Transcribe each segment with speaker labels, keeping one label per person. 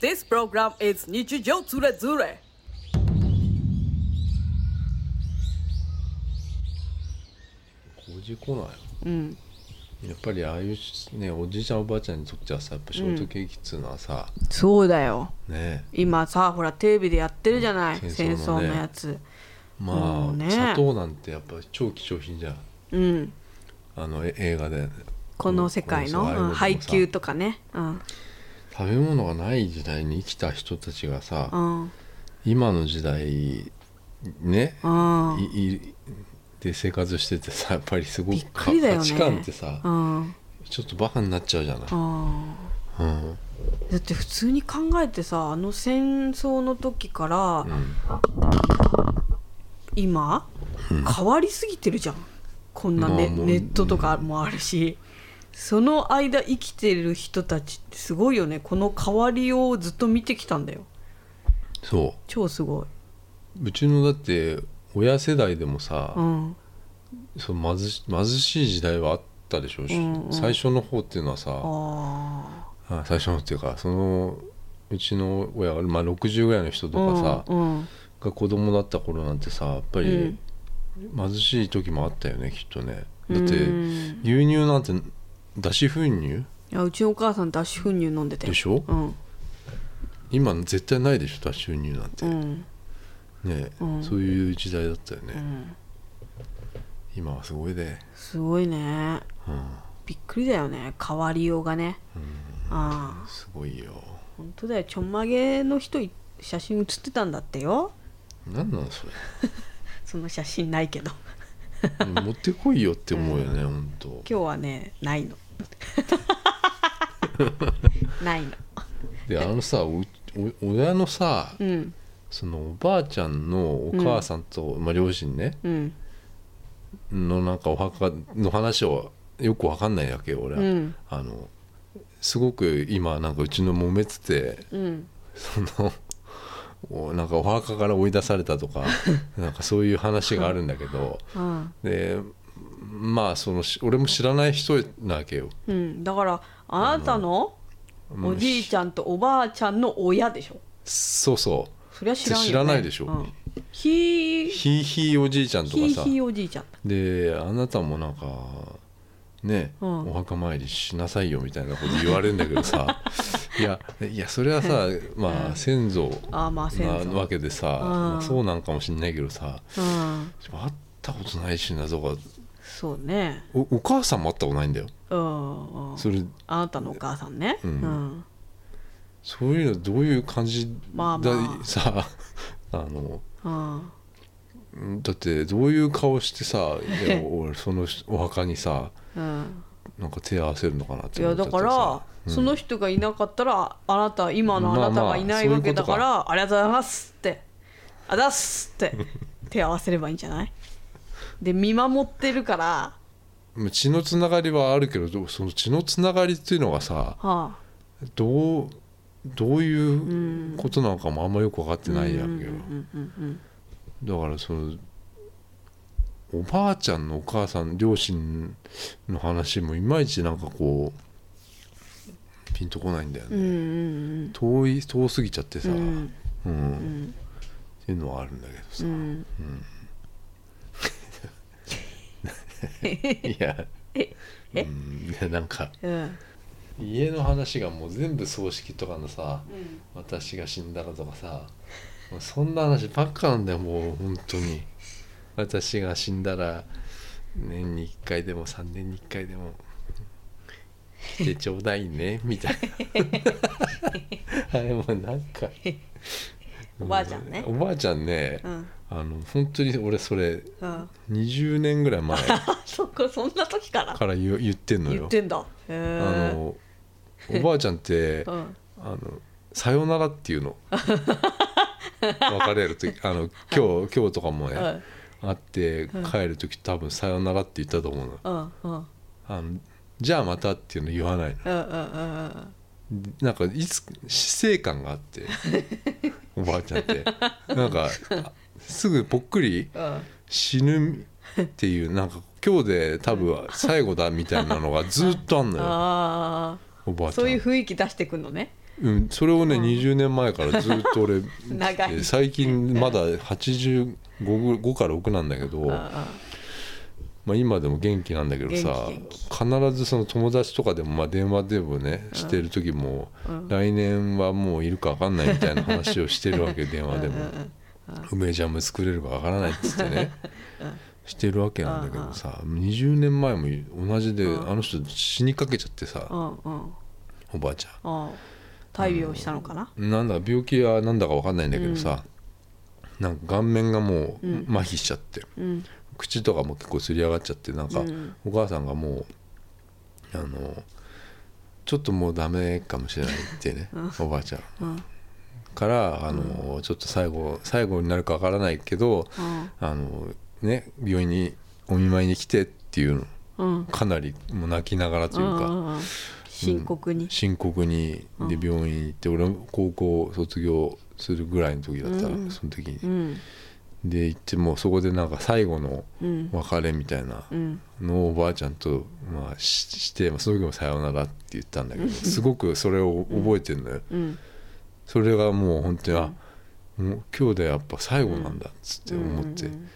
Speaker 1: This program is 日常ズレズレ。
Speaker 2: おじ来ない
Speaker 1: うん。
Speaker 2: やっぱりああいうしねおじいちゃんおばあちゃんにとってはさやっぱショートケーキっつうのはさ、
Speaker 1: そうだよ。
Speaker 2: ね
Speaker 1: 今さ、ほらテレビでやってるじゃない。
Speaker 2: うん
Speaker 1: 戦
Speaker 2: 戦
Speaker 1: 争
Speaker 2: 争
Speaker 1: の
Speaker 2: のね
Speaker 1: やつ。
Speaker 2: ま
Speaker 1: も
Speaker 2: あ、
Speaker 1: うね
Speaker 2: 砂糖なんてやっぱ超貴重品じゃん
Speaker 1: うん。
Speaker 2: あのえ映画で
Speaker 1: この世界
Speaker 2: こ
Speaker 1: の
Speaker 2: の世界
Speaker 1: うん
Speaker 2: の
Speaker 1: 配給とかね。うん。
Speaker 2: 食べ物がない時代に生きた人たちがさ、
Speaker 1: うん。
Speaker 2: 今の時代ね、
Speaker 1: うん。
Speaker 2: いいで生活しててさやっぱりすご
Speaker 1: びっ
Speaker 2: く
Speaker 1: くりだよね
Speaker 2: 価値観ってさ、
Speaker 1: うん。
Speaker 2: ちょっとバカになっちゃうじゃない、
Speaker 1: うん。
Speaker 2: うん
Speaker 1: だって普通に考えてさあの戦争の時から、
Speaker 2: うん
Speaker 1: 今、変わりすぎてるじゃんこんなね、
Speaker 2: まあもう
Speaker 1: ネットとかもあるし、その間生きてる人たちってすごいよねこの変わりをずっと見てきたんだよ
Speaker 2: そ
Speaker 1: 超すごい、
Speaker 2: ううちのだって親世代でもさ、
Speaker 1: うん、
Speaker 2: その貧し貧しい時代はあったでしょうし、
Speaker 1: うんうん
Speaker 2: 最初の方っていうのはさ
Speaker 1: あ
Speaker 2: あ最初の方っていうかそのうちの親が、まあ、60ぐらいの人
Speaker 1: ー
Speaker 2: とかさ、
Speaker 1: うんうん
Speaker 2: が子供だった頃なんてさやっぱり貧しい時もあったよねきっとねだって
Speaker 1: うん
Speaker 2: 牛乳なんて脱脂粉乳
Speaker 1: いやうちのお母さん脱脂粉乳飲んでて
Speaker 2: でしょ
Speaker 1: うん
Speaker 2: 今絶対ないでしょ脱脂粉乳なんて、
Speaker 1: うん
Speaker 2: ね、
Speaker 1: うん
Speaker 2: そういう時代だったよね、
Speaker 1: うん
Speaker 2: 今はすごいで、
Speaker 1: すごいね
Speaker 2: うん、
Speaker 1: びっくりだよね変わりようがねああ
Speaker 2: すごいよ
Speaker 1: 本当だよちょんまげの人い写真写ってたんだってよ
Speaker 2: 何なのそれ
Speaker 1: その写真ないけど
Speaker 2: 持ってこいよって思うよね、ほんと、本当
Speaker 1: 今日はねない のないの
Speaker 2: であのさおお親のさ、
Speaker 1: うん
Speaker 2: そのおばあちゃんのお母さんと、まあ、両親ね
Speaker 1: うん
Speaker 2: のなんかお墓の話をよくわかんないわけよ俺は、
Speaker 1: うん
Speaker 2: あのすごく今なんかうちの揉めてて
Speaker 1: うん
Speaker 2: そのおなんかお墓から追い出された とかなんかそういう話があるんだけど
Speaker 1: うん、
Speaker 2: でまあそのし俺も知らない人なわけよ
Speaker 1: うん、だからあなたの
Speaker 2: もう
Speaker 1: おじいちゃんとおばあちゃんの親でしょ
Speaker 2: そうそう
Speaker 1: そりゃ知らんよ、ね、
Speaker 2: 知らないでしょ
Speaker 1: うん、ひー
Speaker 2: ひいひいおじいちゃんと
Speaker 1: ひ
Speaker 2: か
Speaker 1: い
Speaker 2: さ
Speaker 1: ひいおじいちゃんだ
Speaker 2: であなたもなんかね、
Speaker 1: うん
Speaker 2: お墓参りしなさいよみたいなこと言われるんだけ どさいやいやそれはさまあ先祖
Speaker 1: ああまあ先
Speaker 2: な
Speaker 1: 祖
Speaker 2: わけでさ、まあそうなんかもしんないけどさ
Speaker 1: うん
Speaker 2: 会ったことないしなとか
Speaker 1: そうね
Speaker 2: おお母さんも会ったことないんだよ
Speaker 1: うんうん
Speaker 2: それ
Speaker 1: あなたのお母さんね
Speaker 2: うん
Speaker 1: うん
Speaker 2: そういうのどういう感じだ、
Speaker 1: まあまあ
Speaker 2: さ あの
Speaker 1: うん
Speaker 2: だってどういう顔してさ いや俺そのお墓にさ
Speaker 1: うん
Speaker 2: なんか手合わせるのかなって
Speaker 1: いやだから、その人がいなかったらあなた今のあなたがいない
Speaker 2: まあまあ
Speaker 1: わけだから、
Speaker 2: そう
Speaker 1: あ、りがとうございますってあざっすって 手合わせればいいんじゃないで見守ってるから、は
Speaker 2: まあ血のつながりはあるけどどうその血のつながりっていうのがさ
Speaker 1: あ、
Speaker 2: どうどういうことなのかもあんまよく分かってないやんけど、だからそのおばあちゃんのお母さん両親の話もいまいちなんかこうピンとこないんだよ
Speaker 1: う
Speaker 2: ね、
Speaker 1: んうん
Speaker 2: 遠い遠すぎちゃって
Speaker 1: う
Speaker 2: さ、
Speaker 1: んう
Speaker 2: うん
Speaker 1: ん
Speaker 2: っていうのはあるんだけど
Speaker 1: う
Speaker 2: さ、
Speaker 1: ん
Speaker 2: いや
Speaker 1: ええ
Speaker 2: うんいやなんか
Speaker 1: うん
Speaker 2: 家の話がもう全部葬式とかのさ、私が死んだらとかさもうそんな話ばっかなんだよもう本当に私が死んだら年に1回でも3年に1回でも来てちょうだいね みたいなあれもうなんか
Speaker 1: おばあちゃんね
Speaker 2: おばあちゃんね、
Speaker 1: うん
Speaker 2: あの本当に俺それ
Speaker 1: うん
Speaker 2: 20年ぐらい前か
Speaker 1: あそこそんな時から
Speaker 2: ら言う言ってんの
Speaker 1: 言っ
Speaker 2: よ
Speaker 1: てんだへえ
Speaker 2: あのおばあちゃんって
Speaker 1: うん
Speaker 2: あの「さよなら」っ ていうの別れる時あの今日今日とかもね、
Speaker 1: はい
Speaker 2: 会って帰る時多分「さよなら」って言ったと思うの
Speaker 1: うんうん
Speaker 2: あのじゃあまたっていうの言わないの
Speaker 1: うんうんうん
Speaker 2: なんかいつ死生観があって おばあちゃんってなんかあすぐぽっくり
Speaker 1: うん
Speaker 2: 死ぬっていうなんか今日で多分最後だみたいなのがずっとあんのよ
Speaker 1: あ
Speaker 2: おばあ
Speaker 1: あ
Speaker 2: ちゃん
Speaker 1: そういう雰囲気出してくんのね
Speaker 2: うん、それをね、
Speaker 1: うん
Speaker 2: 20年前からずっ と俺
Speaker 1: 長い
Speaker 2: で最近まだ85ぐ5から6なんだけど、ま
Speaker 1: あ
Speaker 2: あ、今でも元気なんだけどさ
Speaker 1: 元
Speaker 2: 必ずその友達とかでもまあ電話でもねしてる時も、
Speaker 1: うん
Speaker 2: 来年はもういるか分かんないみたいな話をしてるわけ電
Speaker 1: あ
Speaker 2: 話でも
Speaker 1: うんうんうん
Speaker 2: 梅ジャム作れるか分からないっつってねしてるわけなんだけどさ20年前も同じで
Speaker 1: うん
Speaker 2: あの人死にかけちゃって
Speaker 1: う
Speaker 2: さ
Speaker 1: んうん
Speaker 2: おばあちゃん。
Speaker 1: あ大病したのかな、
Speaker 2: なんだ病気はなんだかわかんないんだけどさ、なんか顔面がもう
Speaker 1: うん
Speaker 2: 麻痺しちゃって、
Speaker 1: うん
Speaker 2: 口とかも結構すり上がっちゃってなんか
Speaker 1: うん
Speaker 2: お母さんがもうあのちょっともうダメかもしれないってねおばあちゃん
Speaker 1: うんうん
Speaker 2: からあの、ちょっと最後最後になるかわからないけどあのね病院にお見舞いに来てっていうの
Speaker 1: うん
Speaker 2: かなりもう泣きながらというか。
Speaker 1: うんうんうん深刻に、
Speaker 2: 深刻にで
Speaker 1: うん
Speaker 2: 病院行って俺も高校卒業するぐらいの時だったら、
Speaker 1: うん
Speaker 2: その時に、
Speaker 1: うん
Speaker 2: で行ってもうそこでなんか最後の
Speaker 1: うん
Speaker 2: 別れみたいな
Speaker 1: うん
Speaker 2: のをおばあちゃんと、まあ、しして、まあ、その時も「さようなら」って言ったんだけどすごくそれを覚えてるのよ、
Speaker 1: うん
Speaker 2: それがもう本当にあもう今日でやっぱ最後なんだっつって思って、
Speaker 1: うん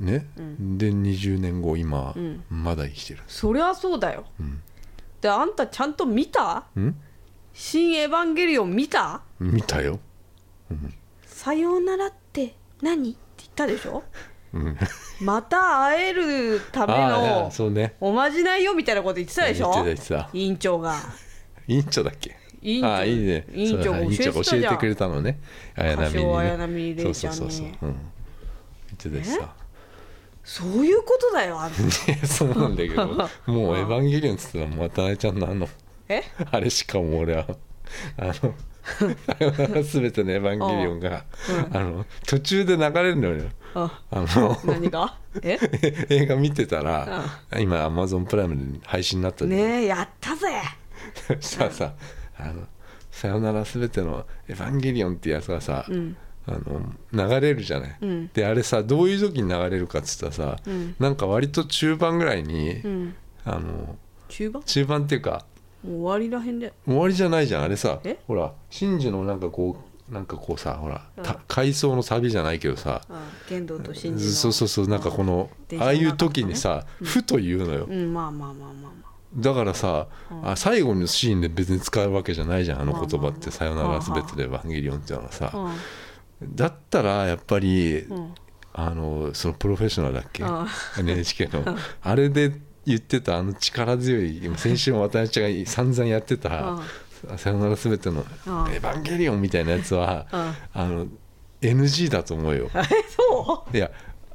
Speaker 2: ね、
Speaker 1: うん
Speaker 2: で20年後今、
Speaker 1: うん
Speaker 2: まだ生きてる
Speaker 1: そりゃそうだよ
Speaker 2: うん、
Speaker 1: であんたちゃんと見た
Speaker 2: うん、
Speaker 1: 新エヴァンゲリオン見た
Speaker 2: 見たよ、
Speaker 1: さようならって何って言ったでしょ
Speaker 2: うん、
Speaker 1: また会えるため
Speaker 2: あ
Speaker 1: の
Speaker 2: あそうね
Speaker 1: おまじないよみたいなこと言ってたでしょ
Speaker 2: 言ってた言ってた
Speaker 1: 委員長が
Speaker 2: 委員長だっけ
Speaker 1: 委員長
Speaker 2: ああいいね
Speaker 1: 委員長が
Speaker 2: そうだ
Speaker 1: 教え
Speaker 2: 委員
Speaker 1: て
Speaker 2: 長が
Speaker 1: た
Speaker 2: 教
Speaker 1: じ
Speaker 2: え
Speaker 1: ゃ
Speaker 2: てくれ
Speaker 1: ん
Speaker 2: たのね綾
Speaker 1: 歌
Speaker 2: 波に
Speaker 1: 唱
Speaker 2: ね
Speaker 1: 綾波レイちゃんに
Speaker 2: そうそうそうそう、うん、言ってたしさ
Speaker 1: そういうことだ よあんた
Speaker 2: ねそうなんだけ どもう「エヴァンゲリオン」っつったらまたあれちゃんなんの
Speaker 1: え
Speaker 2: あれしかも俺はあの「さよならすべてのエ ヴァンゲリオンが」あの途中で流れるのよ
Speaker 1: あ
Speaker 2: あの
Speaker 1: 何がえ
Speaker 2: 映画見てたら今アマゾンプライムで配信になったじゃん
Speaker 1: ねえやったぜ
Speaker 2: そしたら さ「あのさよならすべてのエヴァンゲリオン」ってやつがさ、
Speaker 1: ん
Speaker 2: あの流れるじゃない、
Speaker 1: うん
Speaker 2: であれさどういう時に流れるかっつったらさ、
Speaker 1: うん
Speaker 2: なんか割と中盤ぐらいに、
Speaker 1: うん
Speaker 2: あの
Speaker 1: 中盤
Speaker 2: 中盤っていうか
Speaker 1: もう終わりらへんで
Speaker 2: 終わりじゃないじゃんあれさ
Speaker 1: え
Speaker 2: ほら真珠のなんかこうなんかこうさほら、た
Speaker 1: うん
Speaker 2: 回想の旅じゃないけどさ、
Speaker 1: あ剣道と信じの
Speaker 2: そうそうそうなんかこの
Speaker 1: 電車
Speaker 2: あ
Speaker 1: の
Speaker 2: あ
Speaker 1: 中
Speaker 2: いう時にさ、ふと言うのよ、
Speaker 1: うんまあまあまあまあまあ
Speaker 2: だからさ、あ最後のシーンで別に使うわけじゃないじゃんあの言葉って「さよならすべてでエヴァンゲリオン」っていうのはさ
Speaker 1: うん
Speaker 2: だったらやっぱり、
Speaker 1: ん
Speaker 2: あのそのプロフェッショナルだっけ
Speaker 1: あ
Speaker 2: NHK のあれで言ってたあの力強い今先週も私が散々やってた
Speaker 1: あ
Speaker 2: 「さよならすべての
Speaker 1: あ
Speaker 2: エヴァンゲリオン」みたいなやつは
Speaker 1: あ
Speaker 2: あの NG だと思う よ。
Speaker 1: えそ
Speaker 2: いや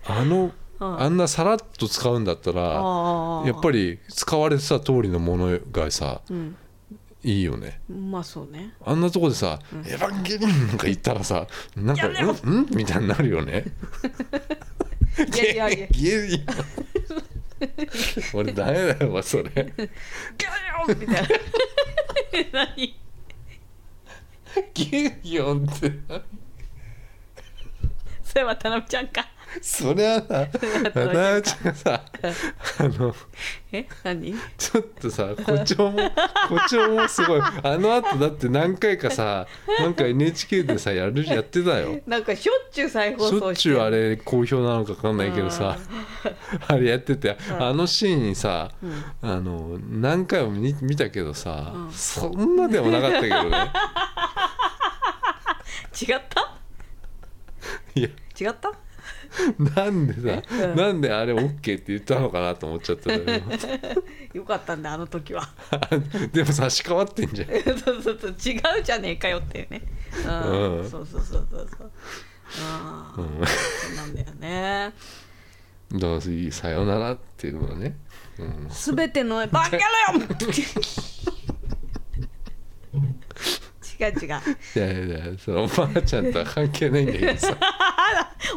Speaker 2: あの
Speaker 1: あ
Speaker 2: あんなさらっと使うんだった
Speaker 1: う
Speaker 2: ら
Speaker 1: ああ
Speaker 2: やっぱり使われてた通りのものがさ
Speaker 1: うん
Speaker 2: いいよね
Speaker 1: まあそうね
Speaker 2: あんなとこでさ「エヴァンゲリオン」なんか言ったらさなんか「
Speaker 1: やめろ
Speaker 2: うんん?」みたいになるよね
Speaker 1: いやいやいや
Speaker 2: いやいや俺ダメだよそれ
Speaker 1: ギャーみたいな 何
Speaker 2: ゲリオンって何
Speaker 1: それ渡辺ちゃんか
Speaker 2: そりゃさ渡辺ちゃんがさあの
Speaker 1: え何
Speaker 2: ちょっとさ誇張も 誇張もすごいあのあとだって何回かさなんか NHK でさやるやってたよ
Speaker 1: なんかしょっちゅう再放
Speaker 2: し
Speaker 1: 送して
Speaker 2: ょっちゅうあれ好評なのか分かんないけどさあれやっててあのシーンにさ、あの何回も見見たけどさ、
Speaker 1: うん
Speaker 2: そんなでもなかったけど ね
Speaker 1: 違った
Speaker 2: いや
Speaker 1: 違った
Speaker 2: なんでさ、
Speaker 1: うん
Speaker 2: なんであれ OK って言ったのかなと思っちゃったんだけど
Speaker 1: よかったんだあの時は
Speaker 2: でも差し替わってんじゃん
Speaker 1: そうそうそう違うじゃねえかよっていうねうん、
Speaker 2: うん
Speaker 1: そうそうそうそうそうああ、
Speaker 2: うん
Speaker 1: そうなんだよね
Speaker 2: どうせさよならっていうのはね、うん、
Speaker 1: すべてのバンギャロン違う違う
Speaker 2: いやいやいやそのおばあちゃんとは関係ないんだけどさ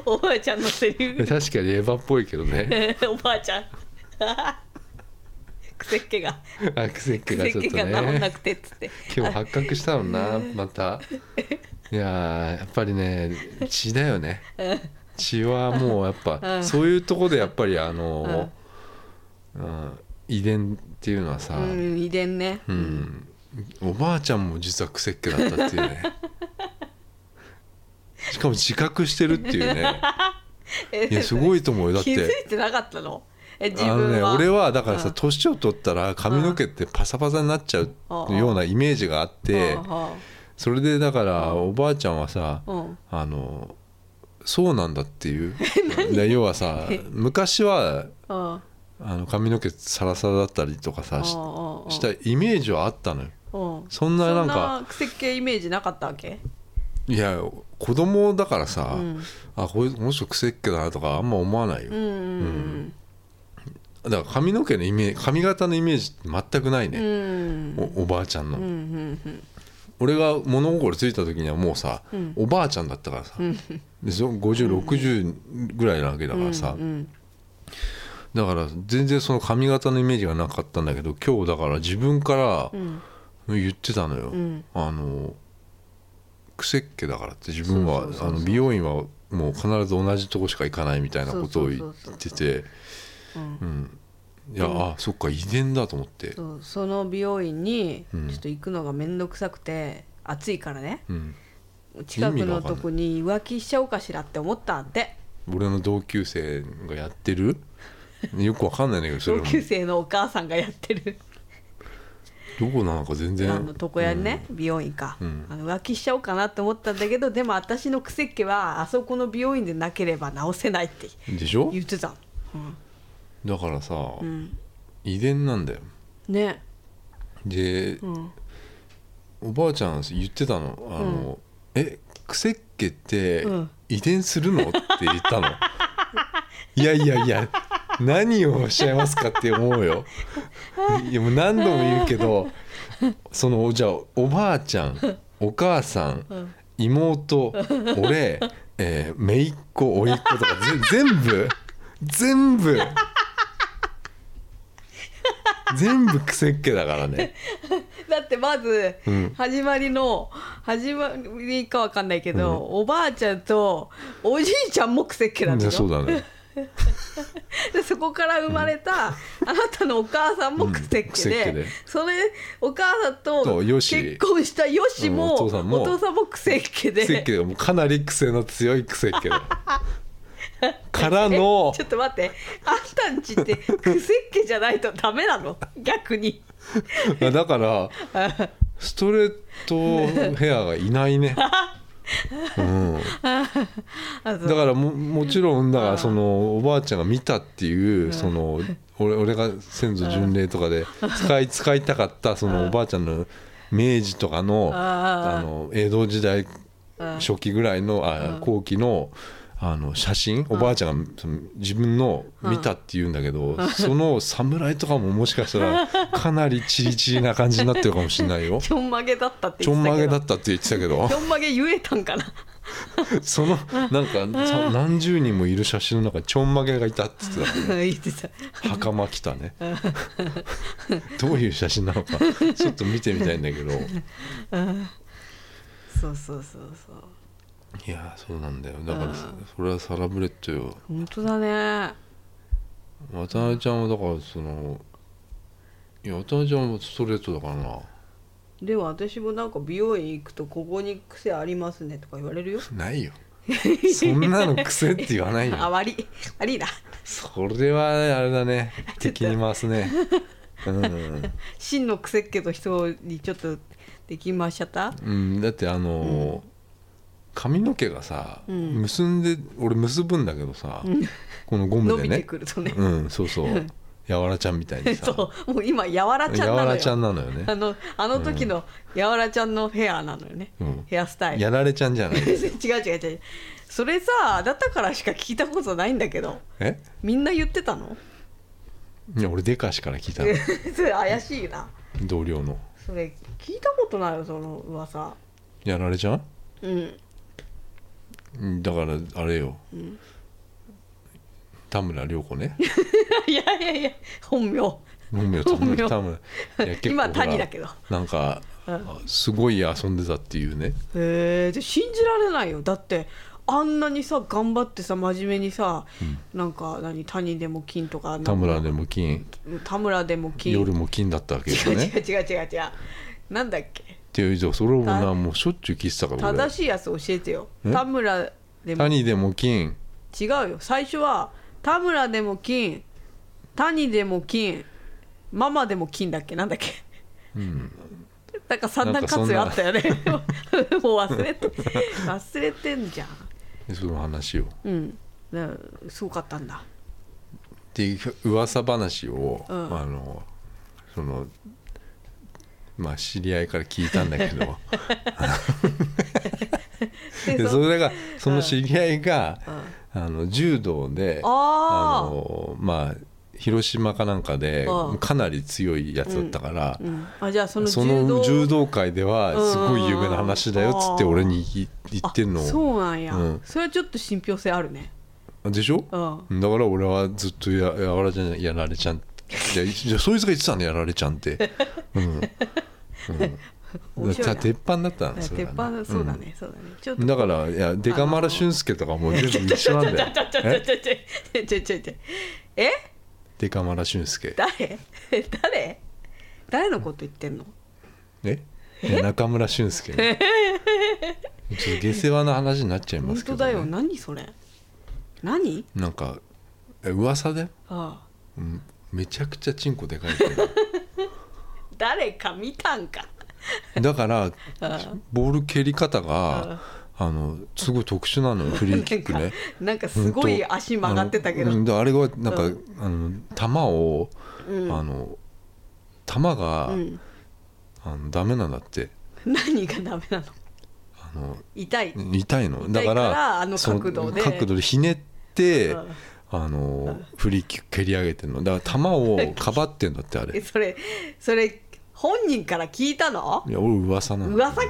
Speaker 1: おばあちゃんのセリフ
Speaker 2: 確かにエヴァっぽいけど ね
Speaker 1: おばあちゃんくせっ気が
Speaker 2: 悪せっ
Speaker 1: く
Speaker 2: 気が
Speaker 1: せっ
Speaker 2: ちょっ
Speaker 1: 気
Speaker 2: と
Speaker 1: が治んな
Speaker 2: ね
Speaker 1: くてっつって
Speaker 2: 今日発覚したのなま たいやーやっぱりね血だよね血はもうやっぱ、
Speaker 1: うん
Speaker 2: そういうとこでやっぱりあの、うん遺伝っていうのはさ、
Speaker 1: うん遺伝ね
Speaker 2: うんおばあちゃんも実はクセっ気だったっていう ねしかも自覚してるっていうねいやすご
Speaker 1: い
Speaker 2: いと思うよだ っ
Speaker 1: 気づ
Speaker 2: て
Speaker 1: いてなかったのえ自
Speaker 2: あの
Speaker 1: 分
Speaker 2: ね
Speaker 1: は
Speaker 2: 俺はだから
Speaker 1: う
Speaker 2: さ
Speaker 1: ん
Speaker 2: 年を取ったら髪の毛ってパサパサになっちゃうようなイメージがあって
Speaker 1: は
Speaker 2: それでだからおばあちゃんはさ
Speaker 1: あはあうん
Speaker 2: あのそうなんだって いうで要はさ昔は
Speaker 1: あ
Speaker 2: あの髪の毛サラサラだったりとか
Speaker 1: あ
Speaker 2: さし
Speaker 1: ああ
Speaker 2: したイメージはあったのよ
Speaker 1: うん
Speaker 2: そんなな
Speaker 1: そ
Speaker 2: ん
Speaker 1: ん
Speaker 2: か
Speaker 1: な癖系イメージなかったわけ
Speaker 2: いや子供だからさ、
Speaker 1: うん
Speaker 2: あこれこの人癖っ気だなとかあんま思わないよ、
Speaker 1: うんうん
Speaker 2: だから髪の毛のイメージ髪型のイメージって全くない
Speaker 1: うんう
Speaker 2: ね、
Speaker 1: ん
Speaker 2: おおばあちゃんの、
Speaker 1: うんうんうん
Speaker 2: 俺が物心ついた時にはもうさ、
Speaker 1: うん
Speaker 2: おばあちゃんだったからさ、でそ5060ぐらいなわけだからさ、
Speaker 1: うんうん
Speaker 2: だから全然その髪型のイメージがなかったんだけど今日だから自分か
Speaker 1: うん
Speaker 2: ら言ってたのよ、
Speaker 1: うん
Speaker 2: あの癖っ気だからって自分
Speaker 1: そう
Speaker 2: は
Speaker 1: そうそうそう
Speaker 2: あの美容院はもう必ず同じとこしか行かないみたいなことを言ってて
Speaker 1: うん
Speaker 2: うんいや、
Speaker 1: うん
Speaker 2: あそっか遺伝だと思って
Speaker 1: そうその美容院にち
Speaker 2: うん
Speaker 1: ょっと行くのが面倒くさくて暑いからね
Speaker 2: うん、
Speaker 1: 近く
Speaker 2: 意味が
Speaker 1: の
Speaker 2: わかんない
Speaker 1: とこに浮気しちゃおうかしらって思ったんで
Speaker 2: 俺の同級生がやってるよくわかんないんだけどそれ
Speaker 1: 同
Speaker 2: も
Speaker 1: 級生のお母さんがやってる
Speaker 2: どこなのか全然
Speaker 1: あの床屋にね、美容院か、
Speaker 2: うん
Speaker 1: あの浮気しちゃおうかなって思ったんだけどでも私の癖っ気はあそこの美容院でなければ治せないって
Speaker 2: うんでしょ
Speaker 1: 言ってたうん、
Speaker 2: だからさ、
Speaker 1: うん、
Speaker 2: 遺伝なんだよ
Speaker 1: ね
Speaker 2: で、
Speaker 1: うん
Speaker 2: おばあちゃん言ってたの「あのえ癖っ気って
Speaker 1: うん
Speaker 2: 遺伝するの?」って言ったの いやいやいや何をおっしゃいますかって思 うよいやもう何度も言うけどそのじゃあおばあちゃんお母さん、
Speaker 1: ん
Speaker 2: 妹俺、えー、姪っ子甥っ子とかぜ全部 全部全部癖っ気だからね
Speaker 1: だってまず
Speaker 2: うん
Speaker 1: 始まりの始まりかわかんないけど、おばあちゃんとおじいちゃんも癖っ気 なんで
Speaker 2: ね
Speaker 1: しょ
Speaker 2: そうだね
Speaker 1: でそこから生まれた、あなたのお母さんもクセっ気で,、
Speaker 2: うん癖っ気で
Speaker 1: それお母さんと
Speaker 2: とヨシ
Speaker 1: 結婚したヨシも,、
Speaker 2: うんお父さんも
Speaker 1: お父さんもクセっ気で
Speaker 2: 癖っ気がもうかなり癖の強い癖っ気 だからの
Speaker 1: ちょっと待ってあんたんちってクセっ気じゃないとダメなの逆に
Speaker 2: だからストレートヘアがいないね、うん、
Speaker 1: あそう
Speaker 2: だからももちろんだからそのおばあちゃんが見たっていうその俺俺が先祖巡礼とかで使い使いたかったそのおばあちゃんの明治とかの
Speaker 1: あ
Speaker 2: あの江戸時代初期ぐらいのあ後期のあの写真おばあちゃんがその自分の見たって言うんだけどその侍とかももしかしたらかなりチリチリな感じになってるかもしれないよ。
Speaker 1: ちょんまげだったって
Speaker 2: ちょ
Speaker 1: 言ってた
Speaker 2: んま
Speaker 1: け
Speaker 2: げだ
Speaker 1: ど
Speaker 2: ったって言ってたけど
Speaker 1: ちょんまげ言えたんかな
Speaker 2: そのなんかさ何十人もいる写真の中にちょんまげがいたって言って
Speaker 1: 言ってた
Speaker 2: た袴着たね どういう写真なのかちょっと見てみたいんだけど
Speaker 1: そうそうそうそう
Speaker 2: いやそうなんだよだからさそれはサラブレッドよ
Speaker 1: 本当だね
Speaker 2: 渡辺ちゃんはだからそのいや渡辺ちゃんはストレートだからな
Speaker 1: でも私もなんか美容院行くとここに癖ありますねとか言われるよ
Speaker 2: ない よそんなの癖って言わない
Speaker 1: あ
Speaker 2: よ
Speaker 1: 悪い悪いな
Speaker 2: それはあれだね敵に回す ねうん、
Speaker 1: 真の癖っ気の人にちょっとできましちゃった
Speaker 2: うん、だってあのー髪の毛がさ、
Speaker 1: うん
Speaker 2: 結んで俺結ぶんだけどさ、このゴム
Speaker 1: 伸
Speaker 2: で
Speaker 1: びて
Speaker 2: ね
Speaker 1: くるとね
Speaker 2: うんそうそうやわらちゃんみたいに さ
Speaker 1: そうもう今やわらちゃ
Speaker 2: や
Speaker 1: ん
Speaker 2: わ
Speaker 1: なの
Speaker 2: らちゃん
Speaker 1: よ
Speaker 2: なのよね
Speaker 1: あのあの時のやわらちゃんのヘアなのよね、
Speaker 2: うん
Speaker 1: ヘアスタイル
Speaker 2: やられちゃんじゃない
Speaker 1: 違う違う違うそれさあなたからしか聞いたことないんだけど
Speaker 2: え
Speaker 1: みんな言ってたの
Speaker 2: いや俺デカシから聞いたの
Speaker 1: それ怪しいな
Speaker 2: 同僚の
Speaker 1: それ聞いたことないよその噂
Speaker 2: やられちゃん
Speaker 1: うん
Speaker 2: うんだからあれよ、田村涼子ね
Speaker 1: いやいやいや本名
Speaker 2: 本名 田
Speaker 1: 本
Speaker 2: 村
Speaker 1: 名
Speaker 2: 田村いや結構
Speaker 1: 今
Speaker 2: ほら
Speaker 1: 谷だけど
Speaker 2: なんか、
Speaker 1: うん
Speaker 2: すごい遊んでたっていうね
Speaker 1: へえで信じられないよだってあんなにさ頑張ってさ真面目にさ、なんか何谷でも金とか
Speaker 2: 田村でも金
Speaker 1: 田村でも金
Speaker 2: 夜も金だったわけよ
Speaker 1: 違う違
Speaker 2: ね
Speaker 1: う違う違う違うなんだっけ
Speaker 2: ていう以上それをなもうしょっちゅう聞いてたから俺
Speaker 1: 正しいやつ教えてよ
Speaker 2: え
Speaker 1: 田村でも
Speaker 2: 谷でも金
Speaker 1: 違うよ最初は田村でも金谷でも金ママでも金だっけなんだっけなんか三段活用あったよねもう忘れて忘れてんじゃん
Speaker 2: その話をっ
Speaker 1: うんだからすごかったんだ
Speaker 2: ていう噂話を、
Speaker 1: うん
Speaker 2: あのそのまあ知り合いから聞いたんだけど
Speaker 1: で
Speaker 2: で
Speaker 1: そ
Speaker 2: それがその知り合いが、あの柔道であ
Speaker 1: あ
Speaker 2: のまあ広島かなんかで
Speaker 1: うん
Speaker 2: かなり強いやつだったから
Speaker 1: あ、、うん、あじゃあその
Speaker 2: そ
Speaker 1: 柔道
Speaker 2: の柔道界ではすごい有名な話だよっつって
Speaker 1: うん
Speaker 2: 俺に言い言ってんの
Speaker 1: あそうなんや、
Speaker 2: うん
Speaker 1: それはちょっと信憑性あるね
Speaker 2: でしょ
Speaker 1: うん
Speaker 2: だから俺はずっとややられちゃんやられちゃんいやいやそいつが言ってたんだやられちゃんって、うんう
Speaker 1: 面
Speaker 2: ん、
Speaker 1: 白いな
Speaker 2: だ鉄板だったんです
Speaker 1: 鉄板そうだね、そうだねちょっと
Speaker 2: だからいやデカマラ俊介とかも全部一緒なんだよ
Speaker 1: ちょちょちょ
Speaker 2: え
Speaker 1: ちょちょちょちょちょえ
Speaker 2: デカマラ俊介
Speaker 1: 誰 誰誰のこと言ってんの
Speaker 2: ええ中村俊介ねちょっと下世話な話になっちゃいま
Speaker 1: 本
Speaker 2: すけ
Speaker 1: 当
Speaker 2: ど、
Speaker 1: だよ
Speaker 2: ね、
Speaker 1: 何それ何
Speaker 2: なんかえ噂で、
Speaker 1: あ
Speaker 2: うん、めちゃくちゃチンコでかいけど
Speaker 1: あ誰か見たんか
Speaker 2: だから
Speaker 1: あ
Speaker 2: ボール蹴り方があのすごい特殊な のよフリーキックね
Speaker 1: なんかすごい足曲がってたけど
Speaker 2: あのうんであれはなんか、
Speaker 1: う
Speaker 2: あの球を、
Speaker 1: うん
Speaker 2: あの球が、
Speaker 1: うん
Speaker 2: あのダメなんだって
Speaker 1: 何がダメなの
Speaker 2: あの
Speaker 1: 痛い
Speaker 2: 痛いのだ
Speaker 1: 痛
Speaker 2: か
Speaker 1: いから
Speaker 2: ら
Speaker 1: あの
Speaker 2: その
Speaker 1: 角度で
Speaker 2: 角度でひねって、
Speaker 1: うん
Speaker 2: あのフリーキック蹴り上げてるのだから球をかばってんだって あ
Speaker 1: え
Speaker 2: れ
Speaker 1: それそれ本人から聞いたの
Speaker 2: いや俺噂なの
Speaker 1: 噂かよ、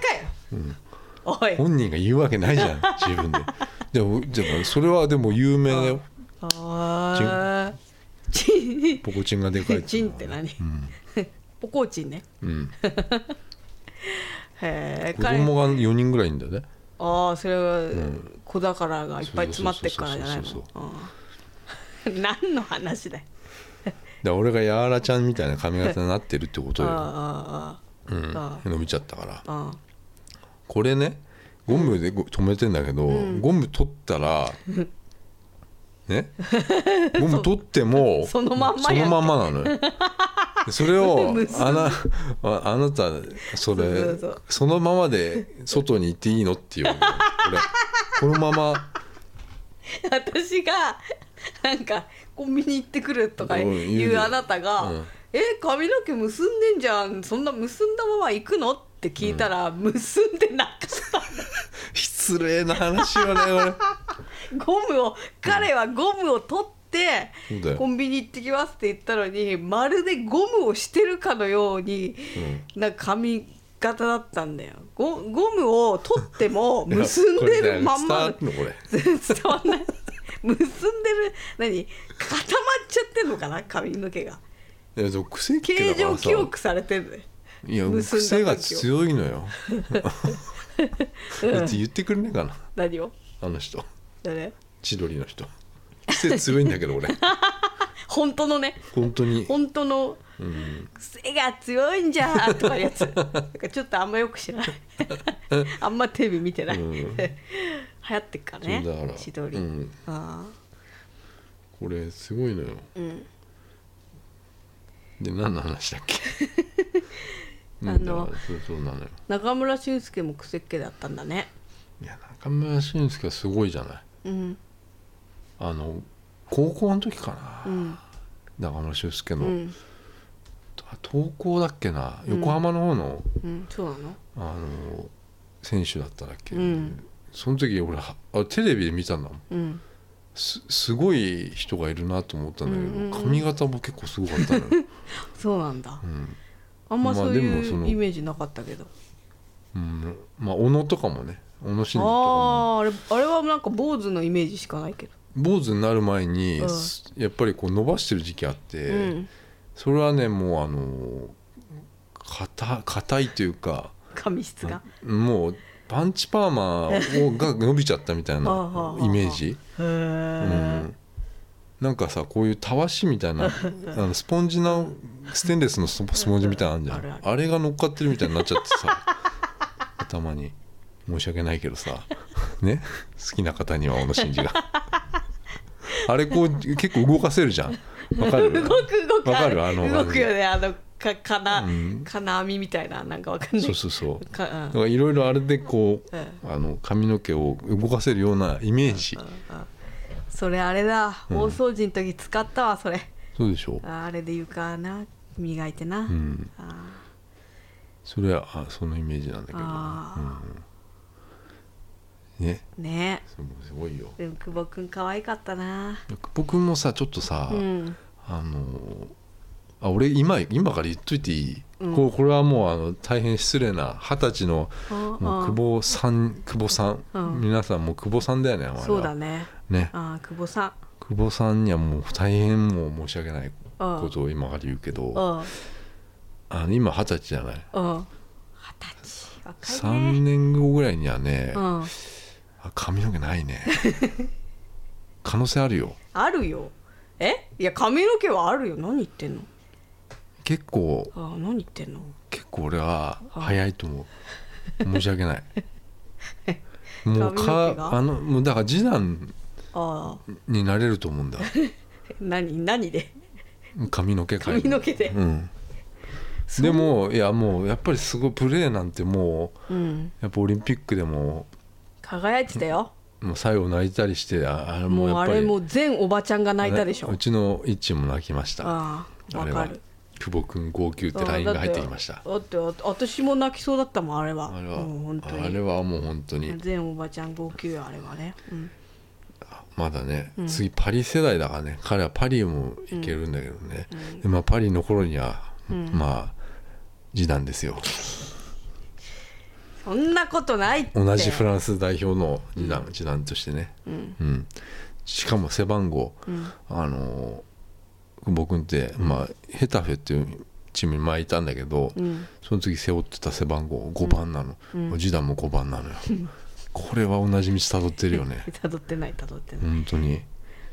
Speaker 1: おい
Speaker 2: 本人が言うわけないじゃん自分ででもでもそれはでも有名だよ
Speaker 1: あーチン
Speaker 2: ポコチンがでかい
Speaker 1: チンっ
Speaker 2: う
Speaker 1: て
Speaker 2: のは
Speaker 1: 何
Speaker 2: ねうん
Speaker 1: ポコチンね
Speaker 2: うん、
Speaker 1: へえ
Speaker 2: 子
Speaker 1: 彼
Speaker 2: 供が4人ぐらいいんだよね
Speaker 1: ああそれは
Speaker 2: ん
Speaker 1: 子宝がいっぱい詰まってっからじゃない
Speaker 2: そうそう
Speaker 1: のうん 何の話だよ
Speaker 2: で俺がやわらちゃんみたいな髪型になってるってことよ、
Speaker 1: ああああ
Speaker 2: うん、
Speaker 1: あ
Speaker 2: 伸びちゃったから
Speaker 1: あ
Speaker 2: これねゴムでご止めてんだけど、ゴム取った らねゴム取っても
Speaker 1: そのまんま
Speaker 2: そ
Speaker 1: やんけ
Speaker 2: のまんまなのよでそれ を
Speaker 1: 結ぶ
Speaker 2: あなああなた
Speaker 1: そ
Speaker 2: それそ
Speaker 1: そ
Speaker 2: う
Speaker 1: うそう
Speaker 2: のままで外に行っていいのっていう俺このまま
Speaker 1: あ私がなんかコンビニ行ってくるとか
Speaker 2: うん言
Speaker 1: いうう
Speaker 2: よ
Speaker 1: あなたが
Speaker 2: うん
Speaker 1: 「え髪の毛結んでんじゃんそんな結んだまま行くの?」って聞いたら結んでなかった
Speaker 2: 失礼な話よね俺
Speaker 1: ゴムを彼はゴムを取って、
Speaker 2: そうだよ
Speaker 1: コンビニ行ってきますって言ったのにまるでゴムをしてるかのように、なんか髪型だったんだよゴゴムを取って も結んでるまんま
Speaker 2: これ伝わんのこれ
Speaker 1: 伝わんない結んでる何固まっちゃってんのかな髪の毛が
Speaker 2: いやでも癖っ気
Speaker 1: 形
Speaker 2: だから
Speaker 1: 状
Speaker 2: さ
Speaker 1: 記憶されてる
Speaker 2: いや
Speaker 1: 結んだ時を
Speaker 2: 癖が強いのよだって言ってくれねえかな
Speaker 1: 何を
Speaker 2: あの人
Speaker 1: 誰
Speaker 2: 千鳥の人癖強いんだけど俺
Speaker 1: 本当のね
Speaker 2: 本当に
Speaker 1: 本当の癖が強いんじゃとかいうやつなんかちょっとあんまよく知 らないあんまテレビ見てない、
Speaker 2: うん
Speaker 1: 流行ってっからね
Speaker 2: そうだから
Speaker 1: 千鳥、
Speaker 2: うん
Speaker 1: あ
Speaker 2: これすごいのよ、
Speaker 1: ん
Speaker 2: で何の話だっけ
Speaker 1: あの
Speaker 2: うんだからそうそうなのよ
Speaker 1: ー中村俊輔も癖っ気だったんだね
Speaker 2: いや中村俊輔はすごいじゃない
Speaker 1: うん
Speaker 2: あの高校の時か
Speaker 1: う
Speaker 2: な、
Speaker 1: ん
Speaker 2: 中村俊輔
Speaker 1: う
Speaker 2: の、
Speaker 1: ん、
Speaker 2: あ東工だっけな横浜の方の、
Speaker 1: うん、そうなの
Speaker 2: あの選手だっただっけ、
Speaker 1: うん
Speaker 2: その時俺はあテレビで見たんだもん
Speaker 1: うん
Speaker 2: すすごい人がいるなと思ったんだけど、
Speaker 1: うんうんうん
Speaker 2: 髪型も結構すごかったの よ、
Speaker 1: そうなんだ
Speaker 2: うん
Speaker 1: あんまそう
Speaker 2: まあでもそ
Speaker 1: い
Speaker 2: の
Speaker 1: うイメージなかったけど、
Speaker 2: うん、まあ小野とかもね小野伸二とか
Speaker 1: あ
Speaker 2: も
Speaker 1: ああれあれはなんか坊主のイメージしかないけど、
Speaker 2: 坊主になる前に、
Speaker 1: うん
Speaker 2: すやっぱりこう伸ばしてる時期あって、
Speaker 1: うん
Speaker 2: それはねもうあの硬硬いというか
Speaker 1: 髪質が
Speaker 2: もうパンチパーマをが伸びちゃったみたい
Speaker 1: はあはあ
Speaker 2: な
Speaker 1: はあ
Speaker 2: イメージ。
Speaker 1: へえ、
Speaker 2: うんなんかさこういうたわしみたい なあのスポンジのステンレスのススポンジみたいなのあ
Speaker 1: あ
Speaker 2: るじ
Speaker 1: る
Speaker 2: ゃ
Speaker 1: あ
Speaker 2: んあれが乗っかってるみたいになっちゃって さ頭に申し訳ないけどさ ね好きな方には小野真二 があれこう結構動かせるじゃんわかる
Speaker 1: 動く動く
Speaker 2: わかるあの
Speaker 1: 動くよねあのか金,、
Speaker 2: うん
Speaker 1: 金網みたいななんかわかんない
Speaker 2: そうそうそう
Speaker 1: かうん
Speaker 2: だからいろいろあれでこう、
Speaker 1: う
Speaker 2: あの髪の毛を動かせるようなイメージ、
Speaker 1: それあれだ
Speaker 2: うん
Speaker 1: 大掃除の時使ったわそれ、
Speaker 2: そうでしょ
Speaker 1: ああれで床な磨いてな、
Speaker 2: うん
Speaker 1: あ
Speaker 2: それはあそのイメージなんだけど、
Speaker 1: あ
Speaker 2: うん、ね
Speaker 1: ーね
Speaker 2: すごいよ
Speaker 1: でも久保君可愛かったな
Speaker 2: 僕もさちょっとさ、
Speaker 1: うん
Speaker 2: あのあ俺今今から言っといていい、
Speaker 1: うん
Speaker 2: ここれはもうあの大変失礼な二十歳の
Speaker 1: うん
Speaker 2: もう久保さん久保さん、
Speaker 1: うん
Speaker 2: 皆さんもう久保さんだよねあれは
Speaker 1: そうだね
Speaker 2: ね
Speaker 1: あー久保さん
Speaker 2: 久保さんにはもう大変もう申し訳な
Speaker 1: う
Speaker 2: い
Speaker 1: ん
Speaker 2: ことを今から言うけど、
Speaker 1: うん
Speaker 2: あの今二十歳じゃない
Speaker 1: うん二十歳若いね
Speaker 2: 3年後ぐらいにはね、
Speaker 1: うん
Speaker 2: あ髪の毛ないね 可能性あるよ
Speaker 1: あるよえいや髪の毛はあるよ何言ってんの
Speaker 2: 結構
Speaker 1: あー何言ってんの
Speaker 2: 結構俺は
Speaker 1: はい
Speaker 2: 早いと思う申し訳 ないも
Speaker 1: 髪の
Speaker 2: う
Speaker 1: 毛
Speaker 2: か
Speaker 1: が
Speaker 2: あのもうだから次男
Speaker 1: ああ
Speaker 2: になれると思うんだ
Speaker 1: 何何で
Speaker 2: 髪の毛界
Speaker 1: 髪の毛で
Speaker 2: うんでもいやもうやっぱりすごいプレーなんてもう
Speaker 1: うん
Speaker 2: やっぱオリンピックでも
Speaker 1: 輝いてたよ
Speaker 2: もう最後泣いたりしてああれもう
Speaker 1: もう
Speaker 2: や
Speaker 1: あ
Speaker 2: っぱり
Speaker 1: れもう全おばちゃんが泣いたでしょ
Speaker 2: うちの一も泣きました
Speaker 1: ああ
Speaker 2: あ
Speaker 1: わ
Speaker 2: れ
Speaker 1: か
Speaker 2: は
Speaker 1: る
Speaker 2: 久保君号泣ってラインが入ってきました
Speaker 1: だってだってあ私も泣きそうだったもんあれは
Speaker 2: あれは
Speaker 1: もう本当に
Speaker 2: あれはもう本当に
Speaker 1: 全おばちゃん号泣よあれはね、うん、
Speaker 2: まだね、次パリ世代だからね彼はパリも行けるんだけどね、でまあ、パリの頃には、まあ次男ですよ
Speaker 1: そんなことないって
Speaker 2: 同じフランス代表の次男、次男としてね、
Speaker 1: うん
Speaker 2: うんしかも背番号、
Speaker 1: うん
Speaker 2: あの僕って、まあ、ヘタフェっていうチームに前いたんだけど、
Speaker 1: うん
Speaker 2: その次背負ってた背番号5番なの、
Speaker 1: うん
Speaker 2: 次男も5番なのよ、これは同じ道辿ってるよね
Speaker 1: たどってないたどってない、
Speaker 2: 本当に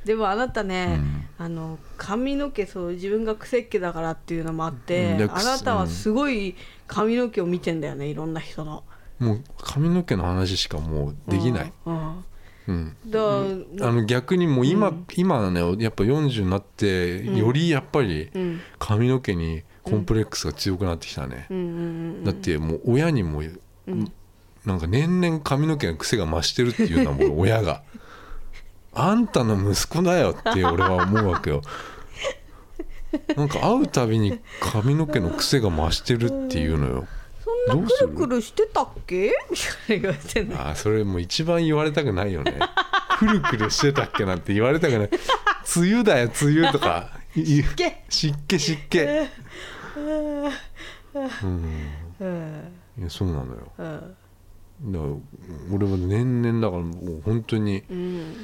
Speaker 1: でもあなたね、
Speaker 2: うん
Speaker 1: あの髪の毛そう自分が癖っ気だからっていうのもあって、
Speaker 2: うんで
Speaker 1: あなたはすごい髪の毛を見てんだよねいろんな人の
Speaker 2: もう髪の毛の話しかもうできない、
Speaker 1: うん、
Speaker 2: うん
Speaker 1: うんだから、
Speaker 2: あの逆にもう今、今はねやっぱ40になって
Speaker 1: うん
Speaker 2: よりやっぱり
Speaker 1: うん
Speaker 2: 髪の毛にコンプレックスが強くなってきたね
Speaker 1: う、んうん
Speaker 2: だってもう親にも、
Speaker 1: うん
Speaker 2: なんか年々髪の毛の癖が増してるっていうのはもう親 があんたの息子だよって俺は思うわけよなんか会うたびに髪の毛の癖が増してるっていうのよ
Speaker 1: そんなくるくるしてたっけみたいな言われてんの
Speaker 2: あーそれもう一番言われたくないよね くるくるしてたっけなんて言われたくない梅雨だよ梅雨とか湿
Speaker 1: 気
Speaker 2: 湿気湿気うん
Speaker 1: うん
Speaker 2: いやそうなのよだか
Speaker 1: うん
Speaker 2: ら俺は年々だからもう本当に
Speaker 1: うん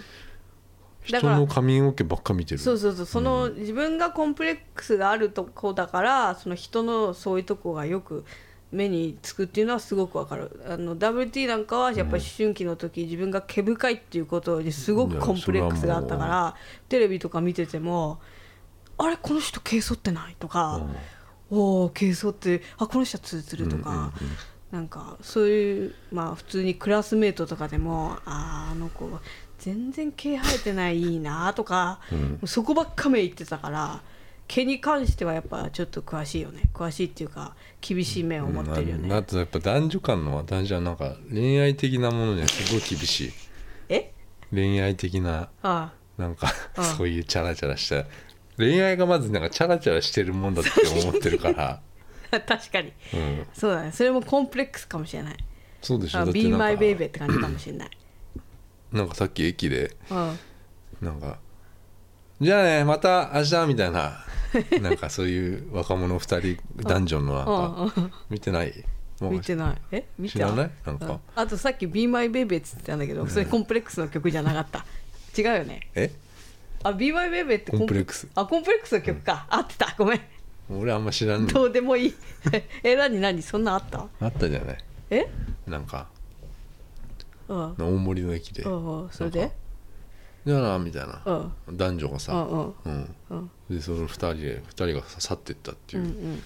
Speaker 2: 人
Speaker 1: だから
Speaker 2: の髪の毛ばっか見てる
Speaker 1: そうそうそうその、自分がコンプレックスがあるとこだからその人のそういうとこがよく目につくっていうのはすごくわかるあの WT なんかはやっぱり思春期の時、自分が毛深いっていうことにすごくコンプレックスがあったか
Speaker 2: いやそれ
Speaker 1: らテレビとか見てても「あれこの人毛剃ってない?」とか「おお毛剃ってあこの人はツルツル」とか。
Speaker 2: うんうんうん
Speaker 1: なんかそういうまあ普通にクラスメートとかでも「あーあの子全然毛生えてないいいな」とか、
Speaker 2: うん
Speaker 1: そこばっかめ言ってたから毛に関してはやっぱちょっと詳しいよね詳しいっていうか厳しい面を持ってるよ
Speaker 2: な
Speaker 1: ね。
Speaker 2: あとやっぱ男女間の男女はなんか恋愛的なものにはすごい厳しい
Speaker 1: え
Speaker 2: 恋愛的な
Speaker 1: あ
Speaker 2: なんか
Speaker 1: うん
Speaker 2: そういうチャラチャラした恋愛がまずなんかチャラチャラしてるもんだって思ってる から、
Speaker 1: あ確かに
Speaker 2: うん、
Speaker 1: そうだねそれもコンプレックスかもしれない
Speaker 2: そうでし
Speaker 1: あ
Speaker 2: ょ
Speaker 1: 「
Speaker 2: だって
Speaker 1: Be
Speaker 2: なん
Speaker 1: my
Speaker 2: か
Speaker 1: baby」って感じかもしれない。
Speaker 2: なんかさっき駅で
Speaker 1: うん
Speaker 2: なんか「じゃあねまた明日」みた いななんかそういう若者2人男女のなん
Speaker 1: うん
Speaker 2: か見てないもう
Speaker 1: 見てないえ見て
Speaker 2: 知らないなんか
Speaker 1: あとさっき「BeMyBaby」っつってたんだけどそれコンプレックスの曲じゃなかった違うよね
Speaker 2: え
Speaker 1: あ BeMyBaby って
Speaker 2: コンプレックス
Speaker 1: あコンプレックスの曲か、合ってたごめん
Speaker 2: 俺あんま知らんの
Speaker 1: どうでもいい え何何そんなんあった
Speaker 2: あったじゃない
Speaker 1: え
Speaker 2: なんか
Speaker 1: うん
Speaker 2: 大森の駅で
Speaker 1: うんうんそれで
Speaker 2: やなみたいな
Speaker 1: う、ん
Speaker 2: 男女が
Speaker 1: う
Speaker 2: さ、
Speaker 1: んうん
Speaker 2: うん
Speaker 1: うん
Speaker 2: でその二人で二人がさ去ってったって
Speaker 1: う
Speaker 2: いう、
Speaker 1: ん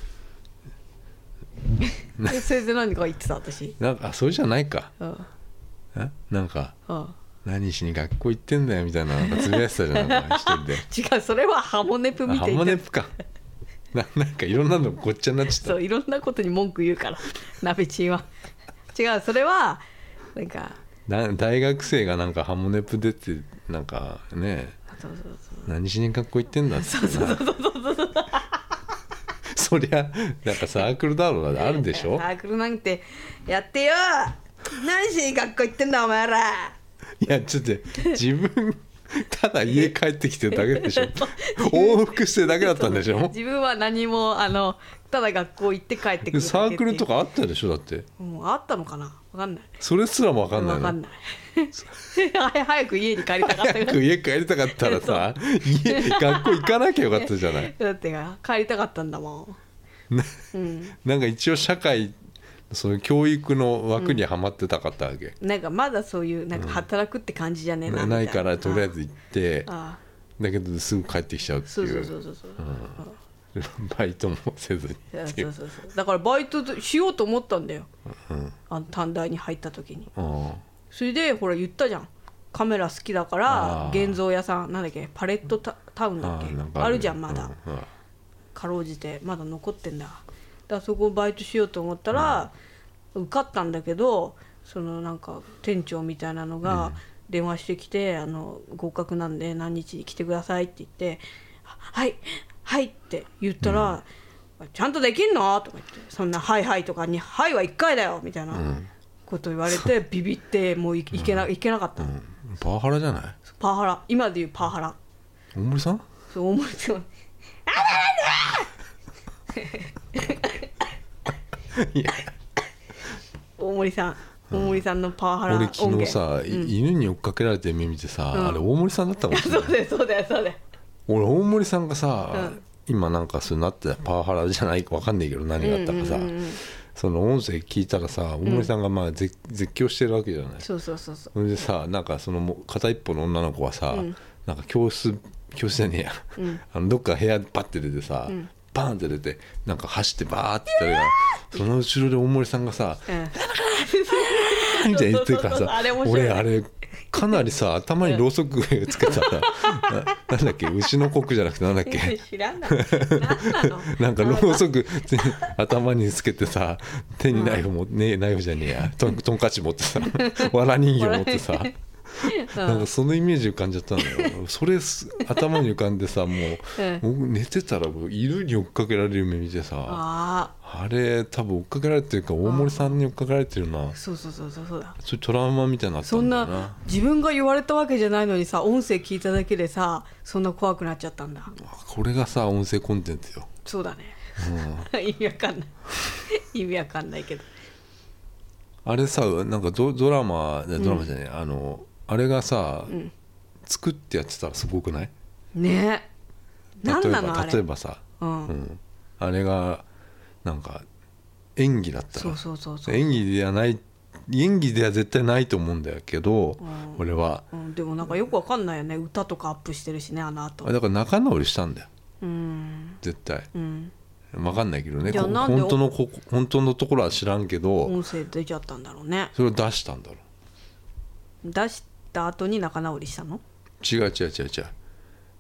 Speaker 1: うんえそれで何か言ってた私
Speaker 2: なんかあそれじゃないか
Speaker 1: うん
Speaker 2: えなんか
Speaker 1: うん
Speaker 2: 何しに学校行ってんだよみたいななんかつぶやいてたじゃんなんか一人で
Speaker 1: 違うそれはハモネプ
Speaker 2: あ
Speaker 1: み
Speaker 2: ハ
Speaker 1: たい
Speaker 2: モ
Speaker 1: な
Speaker 2: ネプかななんかいろんなのごっちゃになっちゃ
Speaker 1: そ
Speaker 2: っ
Speaker 1: ういろんなことに文句言うから鍋チンは違うそれはなんか
Speaker 2: たな大学生がなんかハモネプ出てなんかね
Speaker 1: そうそう
Speaker 2: 何しに学校行ってんだっつってな そりゃなんかサークルだろうなあるでし
Speaker 1: そう
Speaker 2: ょ
Speaker 1: サークルなんてやってよ何しに学校行ってんだお前ら
Speaker 2: いやちょっと自分ただ家帰ってきてるだけで しょ往復してるだけだったんでしょ
Speaker 1: 自分は何もあのただ学校行って帰ってくるだけってい
Speaker 2: で
Speaker 1: う
Speaker 2: サークルとかあったでしょだって
Speaker 1: もうあったのかなわかんない
Speaker 2: それすらも分かんない
Speaker 1: わか
Speaker 2: の
Speaker 1: んない早く家に帰りたかった
Speaker 2: 早く家帰りたかったら さ家学校行かなきゃよかったじゃない
Speaker 1: だって帰りたかったんだも
Speaker 2: な,、
Speaker 1: ん、うん、
Speaker 2: んか一応社会その教育の枠にはまってたかったわけ、
Speaker 1: なんかまだそういうなんか働くって感じじゃねえな,、
Speaker 2: なないからとりあえず行って
Speaker 1: あ
Speaker 2: だけどすぐ帰ってきちゃうっ
Speaker 1: あ
Speaker 2: て
Speaker 1: そう
Speaker 2: い
Speaker 1: そううそうそうそう、
Speaker 2: バイトもせずに
Speaker 1: そう
Speaker 2: ってい
Speaker 1: そううそうそうだからバイトしようと思ったんだよあの短大に入った時に
Speaker 2: うん
Speaker 1: それでほら言ったじゃんカメラ好きだから
Speaker 2: あー
Speaker 1: 現像屋さんなんだっけパレットタタウンだっ
Speaker 2: あ
Speaker 1: け
Speaker 2: ーなんか
Speaker 1: あるじゃんまだ、
Speaker 2: ううん
Speaker 1: かろうじてまだ残ってんだだからそこバイトしようと思ったら、受かったんだけどそのなんか店長みたいなのが電話してきて「あの合格なんで何日に来てください」って言って「あはいはい」って言ったら「ちゃんとできんの?」とか言って「そんなはいはい」とかに「はいは1回だよ」みたいなこと言われてビビってもういいけないけなかったの、
Speaker 2: うんパワハラじゃない
Speaker 1: パワハラ今で言うパワハラ
Speaker 2: 大森さん
Speaker 1: そう思ってます
Speaker 2: いや
Speaker 1: 大森さん大森さんのパワハラ
Speaker 2: 俺
Speaker 1: 音
Speaker 2: 昨日
Speaker 1: 源
Speaker 2: さ、い犬に追っかけられてる夢見てさ、あれ大森さんだったかもしれない
Speaker 1: そうだよそうだよそうだよ
Speaker 2: 俺大森さんがさ、
Speaker 1: うん
Speaker 2: 今なんかそうなってたパワハラじゃないかわかんないけど何があったかさ、
Speaker 1: うんうんうんうん
Speaker 2: その音声聞いたらさ大森さんがまあ絶絶叫してるわけじゃない
Speaker 1: そうそうそうそう
Speaker 2: それでさなんかそのもう片一方の女の子はさ、なんか教室教室じゃねえや、あのどっか部屋バッて出てさ、バーンって出てなんか走ってバーって行ったらその後ろで大森さんがさ
Speaker 1: うん
Speaker 2: 「みたいに言ってるから
Speaker 1: そうそうそうそう
Speaker 2: さ
Speaker 1: あれ面白い
Speaker 2: 俺あれかなりさ頭にろうそくつけたらななんだっけ牛のコックじゃなくてなん だっけ
Speaker 1: 知らない何なの
Speaker 2: なんかろうそくつ頭につけてさ手にナイフも、ねナイフじゃねえやとんとんかち持ってさ わら人形持ってさなんかそのイメージ浮かんじゃったんだよそれす頭に浮かんでさもう、僕寝てたらもう犬に追っかけられる夢見てさ
Speaker 1: あ
Speaker 2: あれ多分追っかけられてるか大森さんに追っかけられてるな
Speaker 1: あそうそうそうそうそうだ
Speaker 2: そういうトラウマみたいになのあった
Speaker 1: そ
Speaker 2: ん
Speaker 1: ん
Speaker 2: だよな
Speaker 1: な自分が言われたわけじゃないのにさ音声聞いただけでさそんな怖くなっちゃったんだ
Speaker 2: これがさ音声コンテンツよ
Speaker 1: そうだね意味わかんない意味わかんないけど
Speaker 2: あれさなんかドドラマドラマじゃねえ、あのあれがさ、作ってやってたらすごくない
Speaker 1: ね何
Speaker 2: 例え
Speaker 1: なの
Speaker 2: ば
Speaker 1: あれ
Speaker 2: 例えばさ、
Speaker 1: うん
Speaker 2: うんあれがなんか演技だったら
Speaker 1: そうそうそうそう
Speaker 2: 演技ではない演技では絶対ないと思うんだけど、
Speaker 1: うん
Speaker 2: 俺は
Speaker 1: うん、でもなんかよくわかんないよね歌とかアップしてるしねあの後
Speaker 2: あだから仲直りしたんだよ
Speaker 1: うん
Speaker 2: 絶対
Speaker 1: うん
Speaker 2: 分かんないけどね
Speaker 1: じゃあ
Speaker 2: こ
Speaker 1: なんで
Speaker 2: 本当のこ本当のところは知らんけど、
Speaker 1: 音声出ちゃったんだろうね
Speaker 2: それを出したんだろう
Speaker 1: 出した後に仲直りしたの
Speaker 2: 違う違う違う違う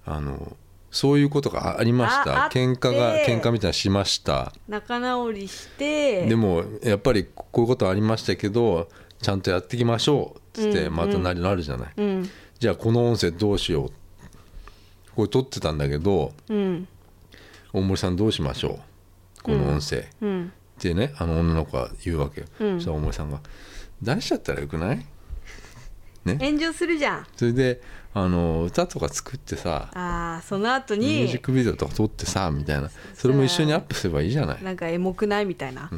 Speaker 2: あのそういうことがあありました
Speaker 1: ああって
Speaker 2: 喧嘩が喧嘩みたいなのしました
Speaker 1: 仲直りして
Speaker 2: でもやっぱりこういうことありましたけどちゃんとやっていきましょうっつってまたなりなるじゃない、
Speaker 1: うん
Speaker 2: じゃあこの音声どうしようこれ撮ってたんだけど
Speaker 1: うん
Speaker 2: 大森さんどうしましょうこの音声、っ
Speaker 1: うん
Speaker 2: てねあの女の子が言うわけよ、そしたら大森さんが「出しちゃったらよくない?
Speaker 1: 炎上するじゃん」
Speaker 2: それであの歌とか作ってさ
Speaker 1: あーその後
Speaker 2: ミュージ
Speaker 1: に
Speaker 2: ックビデオとか撮ってさみたいなそれも一緒にアップすればいいじゃない
Speaker 1: なんかエモくないみたいな、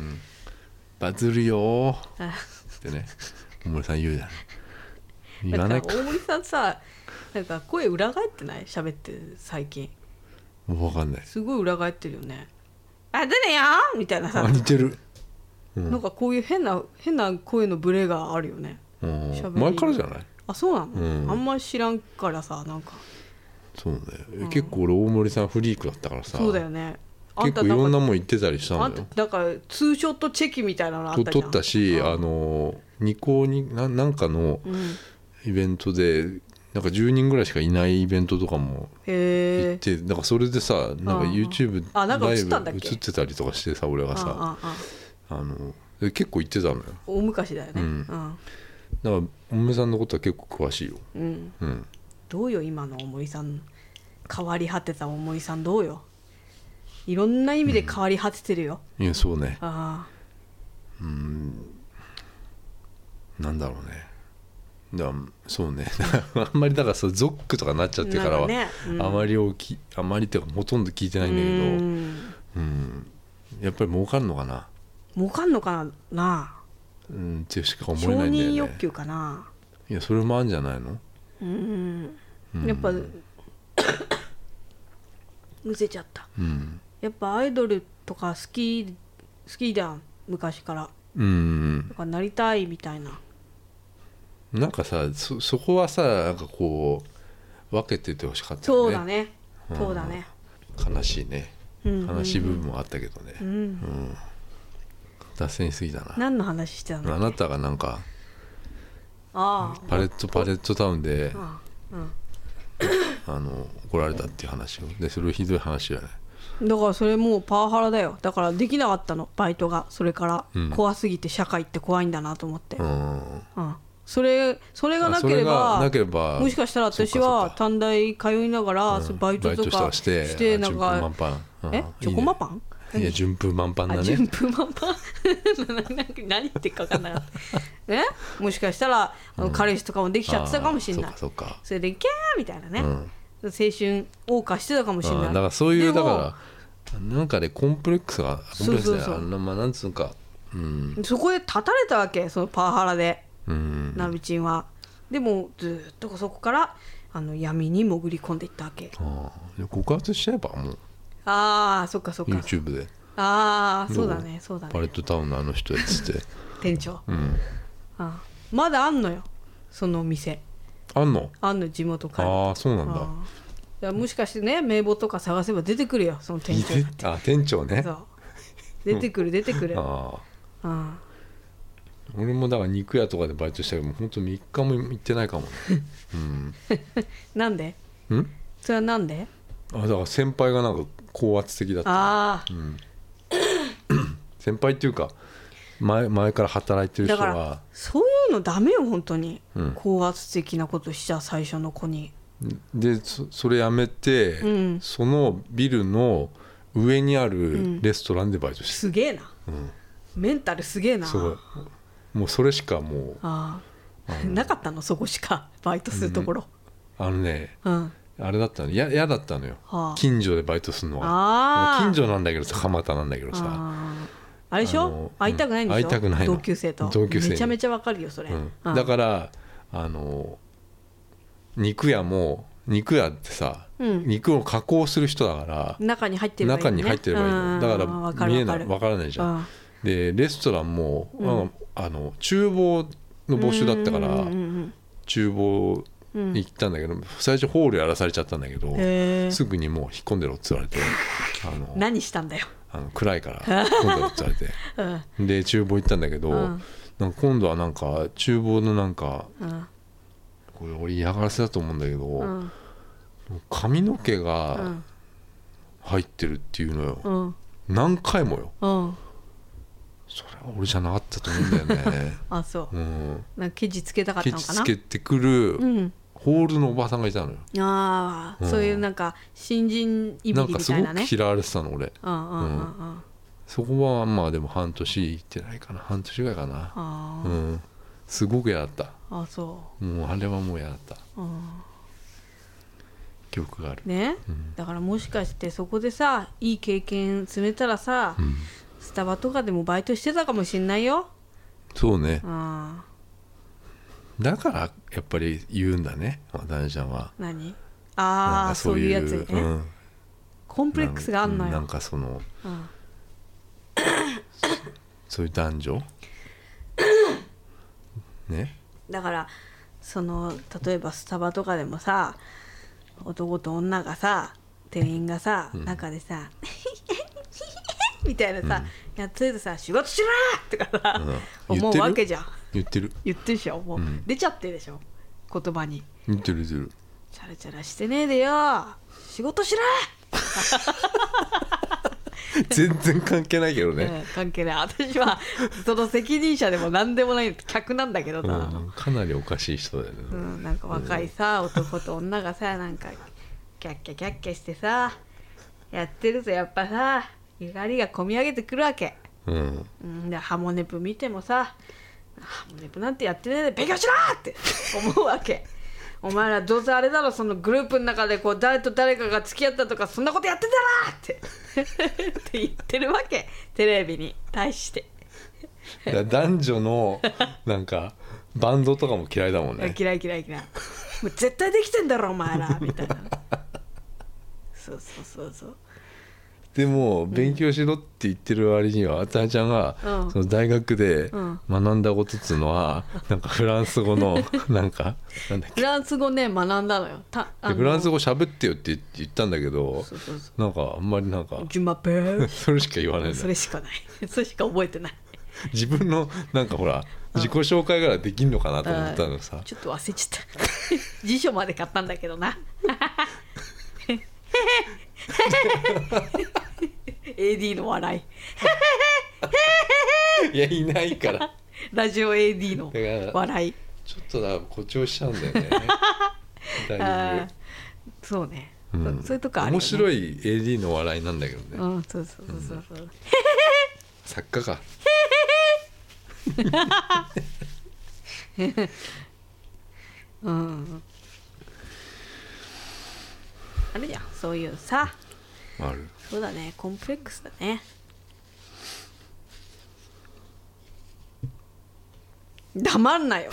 Speaker 2: バズるよー
Speaker 1: あ
Speaker 2: ってね大森さん言うじゃない言わな
Speaker 1: ないん
Speaker 2: か
Speaker 1: か大森さんさなんか声裏返ってない喋ってる最近
Speaker 2: もう分かんない
Speaker 1: すごい裏返ってるよねあ出ねよーみたいなさ
Speaker 2: あ似てる
Speaker 1: なんかこういう変な変な声のブレがあるよね
Speaker 2: うん
Speaker 1: 喋り
Speaker 2: 前からじゃない
Speaker 1: あそうなの、
Speaker 2: うん
Speaker 1: あんまり知らんからさなんか
Speaker 2: そうね、え
Speaker 1: うん
Speaker 2: 結構俺大森さんフリークだったからさ
Speaker 1: そうだよねあん
Speaker 2: 結
Speaker 1: た
Speaker 2: 構いろんな
Speaker 1: も
Speaker 2: もん行ってたりした
Speaker 1: あ
Speaker 2: の
Speaker 1: んた
Speaker 2: よ
Speaker 1: だからツーショットチェキみたいなのあった
Speaker 2: と
Speaker 1: じゃん
Speaker 2: 撮ったし、
Speaker 1: うん
Speaker 2: あの二校にななんかの
Speaker 1: うん、へ
Speaker 2: イベントでなんか10人ぐらいしかいないイベントとかも行っ
Speaker 1: え
Speaker 2: てなんかそれでさなんか
Speaker 1: うん
Speaker 2: YouTube
Speaker 1: あなんか
Speaker 2: ラ
Speaker 1: 映
Speaker 2: イ
Speaker 1: ったんだっけ
Speaker 2: ブ映ってたりとかしてさ俺がさ
Speaker 1: あああ
Speaker 2: あので結構行ってたのよ
Speaker 1: 大昔だよね
Speaker 2: う
Speaker 1: うんん、
Speaker 2: だからおめさんのことは結構詳しいよ、
Speaker 1: うん
Speaker 2: うん、
Speaker 1: どうよ今の大森さん変わり果てた大森さんどうよいろんな意味で変わり果ててるよ、
Speaker 2: いやそうね
Speaker 1: あ
Speaker 2: なんだろうねだからそうね あんまりだからさゾックとかなっちゃ
Speaker 1: あ
Speaker 2: ってからは、
Speaker 1: なんかねうん
Speaker 2: あまり大きあまりっていうかほとんど聞いてないんだけど
Speaker 1: うん
Speaker 2: うんやっぱり儲かるのかな、
Speaker 1: 儲かんのかな
Speaker 2: うん、ってしか思
Speaker 1: 承
Speaker 2: えないんだ
Speaker 1: 認
Speaker 2: よ
Speaker 1: 欲
Speaker 2: ね
Speaker 1: 求かない
Speaker 2: やそれもあるんじゃないの
Speaker 1: うん、
Speaker 2: うん
Speaker 1: やっぱ むせちゃった
Speaker 2: うん
Speaker 1: やっぱアイドルとか好き好きじゃん昔から
Speaker 2: うん
Speaker 1: とかなりたいみたいな
Speaker 2: なんかさそそこはさなんかこう分けててほしかった
Speaker 1: そ
Speaker 2: よ
Speaker 1: う
Speaker 2: ね
Speaker 1: だね
Speaker 2: うん
Speaker 1: そうだね、
Speaker 2: 悲しいね
Speaker 1: うん
Speaker 2: 悲しい部分もあったけどね、
Speaker 1: う、
Speaker 2: うんん脱線しすぎたな
Speaker 1: 何の話してたの
Speaker 2: あなたがなんか
Speaker 1: ああ
Speaker 2: パレットパレットタウンで
Speaker 1: ああうん
Speaker 2: あの怒られたっていう話をでそれひどい話じゃない
Speaker 1: だからそれもうパワハラだよだからできなかったのバイトがそれから、
Speaker 2: うん
Speaker 1: 怖すぎて社会って怖いんだなと思って、
Speaker 2: う
Speaker 1: うん
Speaker 2: ん
Speaker 1: それそれがな
Speaker 2: あそ
Speaker 1: けれ
Speaker 2: れ
Speaker 1: ば
Speaker 2: がなければ
Speaker 1: もしかしたら私
Speaker 2: そっ
Speaker 1: は
Speaker 2: かそっか
Speaker 1: 短大通いながら、そうバイトと
Speaker 2: バ
Speaker 1: か
Speaker 2: イ
Speaker 1: して
Speaker 2: あ
Speaker 1: なん
Speaker 2: 順風
Speaker 1: か
Speaker 2: 満帆うんいい
Speaker 1: え
Speaker 2: ね
Speaker 1: チョコマパン
Speaker 2: いや順風満帆だ
Speaker 1: あ、
Speaker 2: ね
Speaker 1: 順風満帆 なんか何言ってっか分かんなかったねもしかしたらあの彼氏とかもできちゃってたかもしれない、
Speaker 2: あーそっか
Speaker 1: それでキャーみたいなね、
Speaker 2: そっか、
Speaker 1: 青春謳歌してたかもし
Speaker 2: う
Speaker 1: れ
Speaker 2: ん
Speaker 1: な
Speaker 2: あー
Speaker 1: い
Speaker 2: だからそういう
Speaker 1: で
Speaker 2: だ
Speaker 1: も
Speaker 2: からなんかねコンプレックスがコンプレックスだよ
Speaker 1: そうそうそう
Speaker 2: あのまあなんつうかうん
Speaker 1: そこで立たれたわけそのパワハラで
Speaker 2: うん
Speaker 1: ナビチンは、でもずっとそこからあの闇に潜り込んでいったわけ
Speaker 2: あーで告発しちゃえばもう
Speaker 1: ああそっかそっか
Speaker 2: YouTube で
Speaker 1: ああそうだねそうだ
Speaker 2: パ
Speaker 1: ね
Speaker 2: レットタウンのあの人やっつって
Speaker 1: 店長
Speaker 2: うん
Speaker 1: あーまだあんのよその店
Speaker 2: あんの
Speaker 1: あんの地元から
Speaker 2: ああそうなん
Speaker 1: あー
Speaker 2: だ
Speaker 1: だからもしかしてね名簿とか探せば出てくるよその店長
Speaker 2: いてあ店長ね
Speaker 1: そう出てくる出てくるあ
Speaker 2: ああ
Speaker 1: あ
Speaker 2: 俺もだから肉屋とかでバイトしたけどもうほんと3日も行ってないかもね
Speaker 1: なんで
Speaker 2: うんん
Speaker 1: それはなんで
Speaker 2: あだから先輩がなんか高圧的だった
Speaker 1: ああ
Speaker 2: 先輩っていうか前前から働いてる
Speaker 1: だ
Speaker 2: 人
Speaker 1: か
Speaker 2: が
Speaker 1: らそういうのダメよ本当に、
Speaker 2: うん
Speaker 1: 高圧的なことしちゃう最初の子に
Speaker 2: でそそれやめて、
Speaker 1: うん
Speaker 2: そのビルの上にあるレストランでバイトして
Speaker 1: すげえな、メンタルすげえな
Speaker 2: た、すごいもうそれしかもう
Speaker 1: ああなかったのそこしかバイトするところ
Speaker 2: あのね
Speaker 1: うん、
Speaker 2: あれだったのや嫌だったのよ、
Speaker 1: はあ
Speaker 2: 近所でバイトするの
Speaker 1: あー
Speaker 2: が近所なんだけどさ蒲田なんだけどさ、
Speaker 1: あああれでし
Speaker 2: あの
Speaker 1: ょ会いたくないんでしょ、
Speaker 2: うん会いたくないの
Speaker 1: 同級生と
Speaker 2: 同級生に
Speaker 1: めちゃめちゃわかるよそれ、
Speaker 2: うん
Speaker 1: うん
Speaker 2: だからあの肉屋も肉屋ってさ、
Speaker 1: うん
Speaker 2: 肉を加工する人だから、
Speaker 1: 中に入ってればいい、ね、
Speaker 2: 中に入ってればいいの、
Speaker 1: うん
Speaker 2: だ
Speaker 1: わ
Speaker 2: から
Speaker 1: る
Speaker 2: 見えな
Speaker 1: わ
Speaker 2: いわからないじゃん、
Speaker 1: うん
Speaker 2: でレストランも、
Speaker 1: うん
Speaker 2: あの厨房の募集だったから、
Speaker 1: うんうん
Speaker 2: 厨房
Speaker 1: うんうん
Speaker 2: に行ったんだけど、最初ホールやらされちゃったんだけど、
Speaker 1: へえ
Speaker 2: すぐにもう引っ込んでろって言われてあの
Speaker 1: 何したんだよ、
Speaker 2: あの暗いから引っ込んでろって言われて
Speaker 1: うん
Speaker 2: で厨房行ったんだけど、
Speaker 1: うん
Speaker 2: なんか今度はなんか厨房のなんか
Speaker 1: うん
Speaker 2: これ俺嫌がらせだと思うんだけど、
Speaker 1: うん
Speaker 2: 髪の毛
Speaker 1: う
Speaker 2: が
Speaker 1: ん
Speaker 2: 入ってるっていうのよ、
Speaker 1: うん
Speaker 2: 何回もよ
Speaker 1: うん
Speaker 2: それは俺じゃなかったと思うんだよね、
Speaker 1: あそう
Speaker 2: うん、
Speaker 1: なんかケチつけたかった
Speaker 2: ケ
Speaker 1: の
Speaker 2: チ
Speaker 1: か
Speaker 2: つ
Speaker 1: な
Speaker 2: けてくる
Speaker 1: うん
Speaker 2: ホールのおばさんがいたのよ、
Speaker 1: ああ、
Speaker 2: うん
Speaker 1: そういうなんか新人いび
Speaker 2: なん
Speaker 1: り
Speaker 2: か
Speaker 1: み
Speaker 2: す
Speaker 1: たい
Speaker 2: ご
Speaker 1: な
Speaker 2: く
Speaker 1: ね
Speaker 2: 嫌われてたの俺
Speaker 1: うんうんうんうん
Speaker 2: そこはまあでも半年行ってないかな半年ぐらいかな
Speaker 1: あ
Speaker 2: う
Speaker 1: ー
Speaker 2: んすごく嫌だった
Speaker 1: あそ
Speaker 2: もうあれはもう嫌だった
Speaker 1: う、うん、
Speaker 2: 記憶がある
Speaker 1: ね、
Speaker 2: うん
Speaker 1: だからもしかしてそこでさいい経験積めたらさ、
Speaker 2: うん
Speaker 1: スタバとかでもバイトしてたかもしんないよ
Speaker 2: そうね
Speaker 1: あ
Speaker 2: だからやっぱり言うんだねダネちゃんは
Speaker 1: ー何ああそういうやつね、
Speaker 2: うん
Speaker 1: コンプレックスがあんの
Speaker 2: ななん
Speaker 1: よ、
Speaker 2: かその
Speaker 1: うん
Speaker 2: そういう男女ね
Speaker 1: だからその例えばスタバとかでもさ男と女がさ店員がさ、
Speaker 2: ん
Speaker 1: 中でさ 「みたいなさ、やってるとさ「仕事しろ!」とかさ、
Speaker 2: うん
Speaker 1: 思うわけじゃん
Speaker 2: 言ってる
Speaker 1: 言ってるでしょもう、
Speaker 2: ん
Speaker 1: 出ちゃってるでしょ言葉に
Speaker 2: 言ってる言ってる
Speaker 1: 「チャラチャラしてねえでよ仕事しろ!
Speaker 2: 全然関係ないけど」
Speaker 1: う
Speaker 2: ね、
Speaker 1: ん関係ない私はその責任者でも何でもない客なんだけど
Speaker 2: う
Speaker 1: さ、
Speaker 2: ん、かなりおかしい人だよね、
Speaker 1: うん、なんか若いさ、男と女がさなんかキャッキャキャッキャしてさやってるとやっぱさ怒りがこみ上げてくるわけ、
Speaker 2: うん、
Speaker 1: うん、でハモネプ見てもさハモネプなんてやってないで勉強しろって思うわけお前らどうせあれだろそのグループの中でこう誰と誰かが付き合ったとかそんなことやってたらって って言ってるわけテレビに対して
Speaker 2: だから男女のなんかバンドとかも嫌いだもんね
Speaker 1: 嫌い嫌い嫌いもう絶対できてんだろお前 らみたいなそうそうそうそう
Speaker 2: でも勉強しろって言ってる割にはあたちゃんが、
Speaker 1: うん
Speaker 2: その大学で
Speaker 1: うん
Speaker 2: 学んだことっつうのは、なんかフランス 語のなんかなんだっけ
Speaker 1: フランス語ね学んだのよたあ
Speaker 2: で
Speaker 1: の
Speaker 2: フランス語喋ってよって言ったんだけど
Speaker 1: そうそうそ
Speaker 2: なんかあんまりなんか
Speaker 1: うジュマペー
Speaker 2: それしか言わないんだ
Speaker 1: それしかない それしか覚えてない
Speaker 2: 自分のなんかほら自己紹介ぐらいできんのかなと思ったのさ
Speaker 1: ちょっと忘れちゃった 辞書まで買ったんだけどな AD の笑い
Speaker 2: いやいな いから
Speaker 1: ラジオ AD の
Speaker 2: だから
Speaker 1: 笑い
Speaker 2: ちょっとだ誇張しちゃうんだよ ねだ
Speaker 1: あ
Speaker 2: い
Speaker 1: ーそうね、
Speaker 2: ぶ、
Speaker 1: そそういうとこあるよね
Speaker 2: 面白い AD の笑いなんだけどね、
Speaker 1: うんそうそうそうそうそう、
Speaker 2: 作家か
Speaker 1: うんあるじゃんそういうさ
Speaker 2: ある
Speaker 1: そうだねコンプレックスだね黙んな よ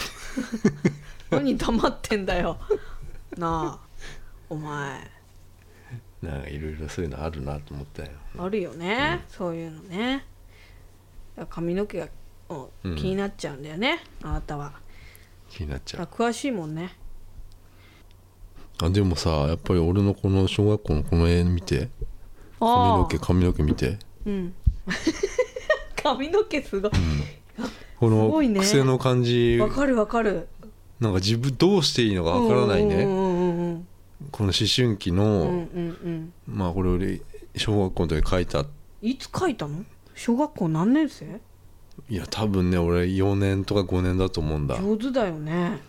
Speaker 1: 何黙ってんだよなあお前
Speaker 2: なんかいろいろそういうのあるなと思ったよ
Speaker 1: あるよね、そういうのねだから髪の毛がお
Speaker 2: うん
Speaker 1: 気になっちゃうんだよね、あなたは
Speaker 2: 気になっちゃ
Speaker 1: あ詳しいもんね
Speaker 2: うあでもさやっぱり俺のこの小学校のこの絵見て髪の毛
Speaker 1: あ
Speaker 2: 髪の毛見て
Speaker 1: あうん 髪の毛すごい
Speaker 2: こ
Speaker 1: すごい
Speaker 2: の
Speaker 1: ね
Speaker 2: 癖の感じ、
Speaker 1: わかるわかる
Speaker 2: なんか自分どうしていいのかわからない
Speaker 1: うん
Speaker 2: ね
Speaker 1: うんうん
Speaker 2: この思春期
Speaker 1: うんう
Speaker 2: の、
Speaker 1: んうんうん
Speaker 2: まあこれ俺小学校の時書いた
Speaker 1: いつ書いたの小学校何年生
Speaker 2: いや多分ね俺4年とか5年だと思うんだ
Speaker 1: 上手だよね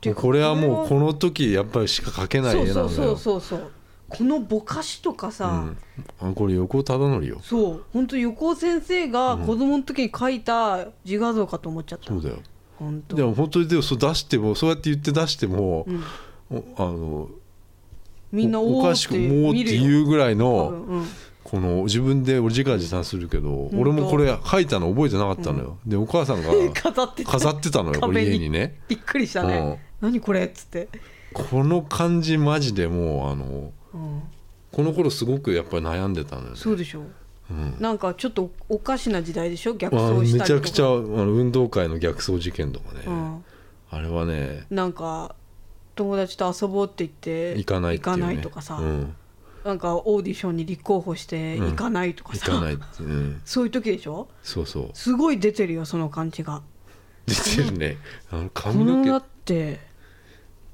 Speaker 1: てか
Speaker 2: これはもうこの時やっぱりしか書けない
Speaker 1: そう
Speaker 2: 絵
Speaker 1: そ
Speaker 2: な
Speaker 1: うん
Speaker 2: だ
Speaker 1: そう
Speaker 2: よ
Speaker 1: そうそうこのぼかしとかさ、
Speaker 2: うんあこれ横尾忠則よ
Speaker 1: そう本当横尾先生が子供の時に書いた自画像かと思っちゃった、
Speaker 2: そうだよ
Speaker 1: 本当
Speaker 2: でも本当にでもそう出してもそうやって言って出しても、
Speaker 1: うん
Speaker 2: おあの
Speaker 1: みんな
Speaker 2: おお
Speaker 1: ー
Speaker 2: かしくもうっていうぐらい
Speaker 1: 多分
Speaker 2: の
Speaker 1: うん
Speaker 2: この自分で俺自画自賛するけど
Speaker 1: 当
Speaker 2: 俺もこれ書いたの覚えてなかったのよ、でお母さ んが
Speaker 1: 飾ってた
Speaker 2: 飾ってたのよこれ
Speaker 1: 壁に
Speaker 2: 家にね
Speaker 1: びっくりしたね、何これっつって、
Speaker 2: この感じマジでもうあの
Speaker 1: うん、
Speaker 2: この頃すごくやっぱり悩んでたのよね
Speaker 1: そうでしょ
Speaker 2: うん
Speaker 1: なんかちょっとおかしな時代でしょ逆
Speaker 2: あ
Speaker 1: 走し
Speaker 2: め
Speaker 1: たりとか
Speaker 2: ちゃくちゃあの運動会の逆走事件とかね、
Speaker 1: うん、
Speaker 2: あれはね
Speaker 1: なんか友達と遊ぼうって言って
Speaker 2: 行かないっていう、ね、
Speaker 1: とかさ、
Speaker 2: うん、
Speaker 1: なんかオーディションに立候補して
Speaker 2: うん
Speaker 1: 行かないとか
Speaker 2: 行
Speaker 1: さ、
Speaker 2: かないって、うん、
Speaker 1: そういう時でしょ
Speaker 2: そう そう
Speaker 1: すごい出てるよその感じが
Speaker 2: 出てるねあの
Speaker 1: こ
Speaker 2: 髪の
Speaker 1: の
Speaker 2: 毛
Speaker 1: だって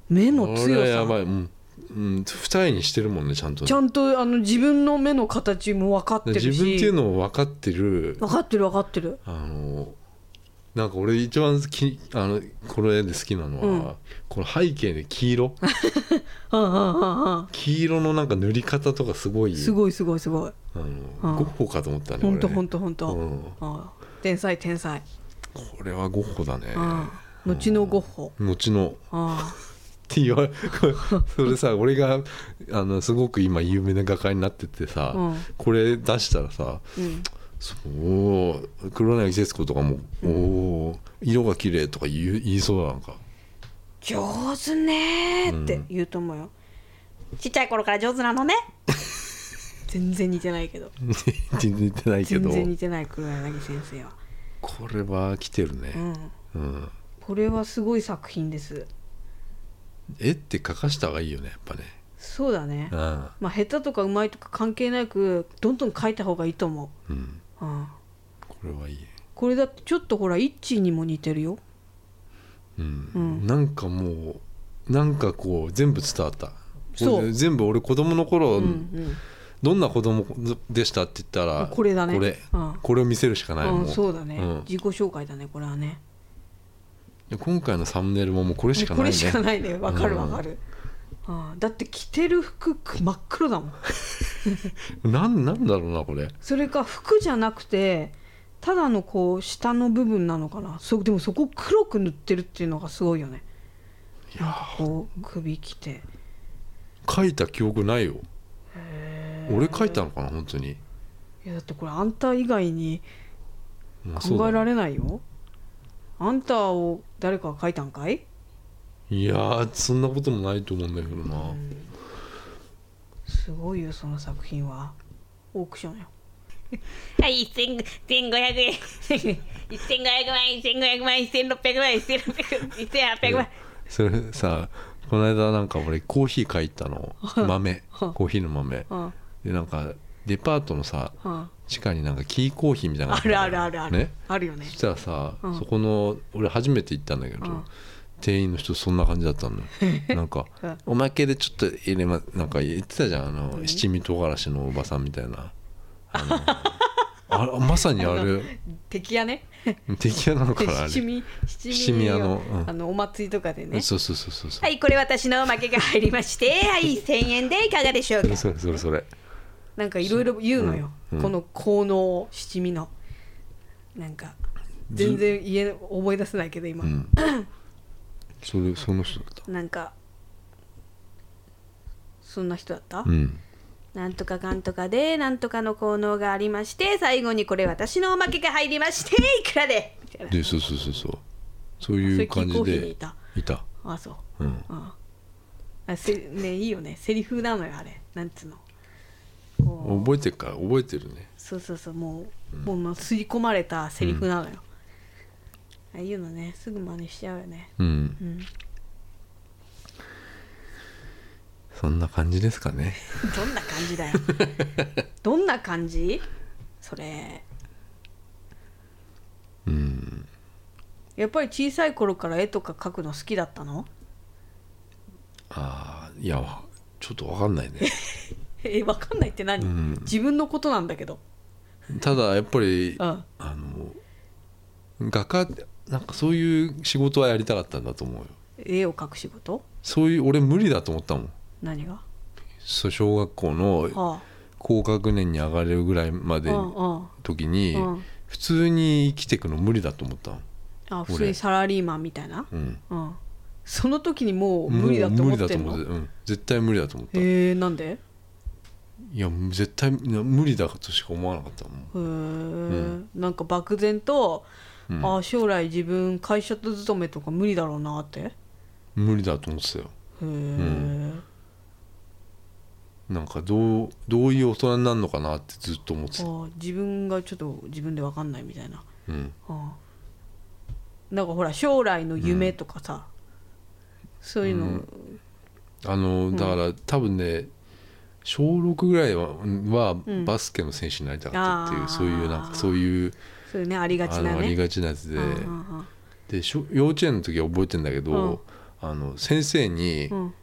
Speaker 1: 目の
Speaker 2: これ
Speaker 1: 強
Speaker 2: は
Speaker 1: さ
Speaker 2: やばいうん、うん、二重にしてるもんねちゃんとね
Speaker 1: ちゃんとあの自分の目の形も分かってるし
Speaker 2: 自分っていうのを分かってる
Speaker 1: 分かってる分かってる
Speaker 2: あのなんか俺一番好きあのこれで好きなのは、
Speaker 1: うん
Speaker 2: この背景で 黄色
Speaker 1: うんうんうんうん
Speaker 2: 黄色のなんか塗り方とかすごい
Speaker 1: すごいすごいすごい
Speaker 2: あの、
Speaker 1: うん
Speaker 2: ゴッホかと思ったね
Speaker 1: ほんと
Speaker 2: 俺ね
Speaker 1: ほんとほん
Speaker 2: う
Speaker 1: と
Speaker 2: ん
Speaker 1: ああ天才天才
Speaker 2: これはゴッホだね
Speaker 1: ああ後のゴッホ
Speaker 2: 後の
Speaker 1: あ
Speaker 2: って言わ れそれさ俺があのすごく今有名な画家になっててさ、
Speaker 1: うん
Speaker 2: これ出したらさ
Speaker 1: あうん
Speaker 2: 「そう黒柳徹子」とかも「おー色が綺麗とか言う言いそうだなんか
Speaker 1: 上手ねーって言うと思うよ、ちっちゃい頃から上手な のね全然似てないけど
Speaker 2: 全然似てないけ
Speaker 1: 全
Speaker 2: ど
Speaker 1: 然似てない黒柳先生は、
Speaker 2: これは来てる
Speaker 1: う
Speaker 2: ね、
Speaker 1: ん、
Speaker 2: うん
Speaker 1: これはすごい作品です
Speaker 2: 絵って書かした方がいいよねやっぱね
Speaker 1: そうだね、
Speaker 2: うん
Speaker 1: まあ下手とかうまいとか関係なくどんどん書いた方がいいと思
Speaker 2: うん
Speaker 1: う、うん、
Speaker 2: これはいい
Speaker 1: これだってちょっとほらイッチーにも似てるよ
Speaker 2: うん、
Speaker 1: うん
Speaker 2: なんかもうなんかこう全部伝わった
Speaker 1: そう
Speaker 2: 俺全部俺子供の頃、
Speaker 1: うんうん
Speaker 2: どんな子供でしたって言ったら
Speaker 1: これだね
Speaker 2: これ
Speaker 1: うん
Speaker 2: これを見せるしかないも
Speaker 1: うんん、そうだね、
Speaker 2: うん
Speaker 1: 自己紹介だねこれはね
Speaker 2: で今回のサムネイルももうこれしか
Speaker 1: こ
Speaker 2: ない
Speaker 1: れしか
Speaker 2: ね
Speaker 1: ないねわかるわかる、ああだって着てる服く真っ黒だもん
Speaker 2: なんなんだろうなこれ
Speaker 1: それか服じゃなくてただのこう下の部分なのかなそうでもそこを黒く塗ってるっていうのがすごいよね
Speaker 2: い
Speaker 1: なん
Speaker 2: や
Speaker 1: かこう首着て
Speaker 2: 書いた記憶ないよ
Speaker 1: へえ
Speaker 2: 俺書いたのかな本当に、
Speaker 1: いやだってこれあんた以外に
Speaker 2: まあそう
Speaker 1: 考
Speaker 2: だね
Speaker 1: えられないよ、あんたを誰かが書いたんかい
Speaker 2: いやーそんなこともないと思うんだけどな、
Speaker 1: すごいよその作品はオークションよ
Speaker 3: はい、1500円。1500万、1500万、1600万、1800万。
Speaker 2: それさこの間なんか俺コーヒー買いに行った の豆コーヒーの豆
Speaker 1: うん
Speaker 2: でなんかデパートのさ
Speaker 1: うん
Speaker 2: 地下になんかキーコーヒーみたいなの
Speaker 1: あ
Speaker 2: が
Speaker 1: るあるあるある、
Speaker 2: ね
Speaker 1: あるよね
Speaker 2: そしたらさ、
Speaker 1: うん
Speaker 2: そこの俺初めて行ったんだけど、
Speaker 1: うん
Speaker 2: 店員の人そんな感じだったのよ なんか
Speaker 1: うん
Speaker 2: おまけでちょっと入れまなんか言ってたじゃんあの七味唐辛子のおばさんみたい なあのあまさにあれ
Speaker 1: 敵やね
Speaker 2: 敵屋なのかなあ
Speaker 1: 七
Speaker 2: れ
Speaker 1: 味七味
Speaker 2: 七味あのうん
Speaker 1: あのお祭りとかでね
Speaker 2: そうそうそうそうそう
Speaker 3: はい、これ私の負けが入りまして、はい、1000円でいかがでしょう
Speaker 2: そ
Speaker 3: か
Speaker 2: れ。それそれそれ
Speaker 1: なんかいろいろ言うのよ、
Speaker 2: うんうん
Speaker 1: この効能七味のなんか全然言え思い出せないけど今、
Speaker 2: うんそれその人だった
Speaker 1: なんかそんな人だった、
Speaker 2: うん
Speaker 3: なんとかかんとかで、なんとかの効能がありまして、最後にこれ私のおまけが入りまして、いくらでみたいな
Speaker 2: でそうそうそうそうそう
Speaker 1: そ
Speaker 2: い
Speaker 1: れ
Speaker 2: う
Speaker 1: キー
Speaker 2: 感
Speaker 1: コー
Speaker 2: じ
Speaker 1: ヒーに
Speaker 2: で
Speaker 1: いた
Speaker 2: いた
Speaker 1: あそう
Speaker 2: うん
Speaker 1: ああせねいいよねセリフなのよあれなんつうのこう
Speaker 2: 覚えてるか覚えてるね
Speaker 1: そうそうそうもう,、もうもう吸い込まれたセリフなのよ、ああいうのねすぐ真似しちゃうよね
Speaker 2: うん
Speaker 1: うん
Speaker 2: そんな感じですかね
Speaker 1: どんな感じ だよどんな感じそれ
Speaker 2: うん
Speaker 1: やっぱり小さい頃から絵とか描くの好きだったの
Speaker 2: ああいやわちょっとわかんないね
Speaker 1: えわかんないって何、
Speaker 2: うん
Speaker 1: 自分のことなんだけど
Speaker 2: ただやっぱり
Speaker 1: うん
Speaker 2: あの画家なんかそういう仕事はやりたかったんだと思うよ
Speaker 1: 絵を描く仕事
Speaker 2: そういう俺無理だと思ったもん
Speaker 1: 何が
Speaker 2: そう小学校の
Speaker 1: は
Speaker 2: 高学年に上がれるぐらいま
Speaker 1: あ、
Speaker 2: で
Speaker 1: うんうん
Speaker 2: 時に
Speaker 1: うん
Speaker 2: 普通に生きていくの無理だと思ったの
Speaker 1: あ普通にサラリーマンみたいな
Speaker 2: うん
Speaker 1: うん、その時にもう無理だと思ってん
Speaker 2: もう無理だと思
Speaker 1: の
Speaker 2: ってうん、絶対無理だと思ったい
Speaker 1: へえなんでへ
Speaker 2: や絶対な無理だとしか思わなかったもん
Speaker 1: え、なんか漠然と、
Speaker 2: うん
Speaker 1: ああ将来自分会社と勤めとか無理だろうなってへ
Speaker 2: 無理だと思ってたよ
Speaker 1: え、
Speaker 2: んなんかどうどういう大人になるのかなってずっと思ってた、
Speaker 1: ああ自分がちょっと自分で分かんないみたいな、
Speaker 2: うん、
Speaker 1: ああなんかほら将来の夢とかさ、そういうの、
Speaker 2: あのだから、多分ね小6ぐらいはは
Speaker 1: ん
Speaker 2: バスケの選手になりたかったっていう、
Speaker 1: あー
Speaker 2: そういうなんかそういう
Speaker 1: そういうねありが
Speaker 2: あ
Speaker 1: ちな
Speaker 2: のあり
Speaker 1: ね
Speaker 2: がちなやつで、
Speaker 1: うんうん
Speaker 2: でしょ幼稚園の時は覚えてんだけど、あの先生に、
Speaker 1: うん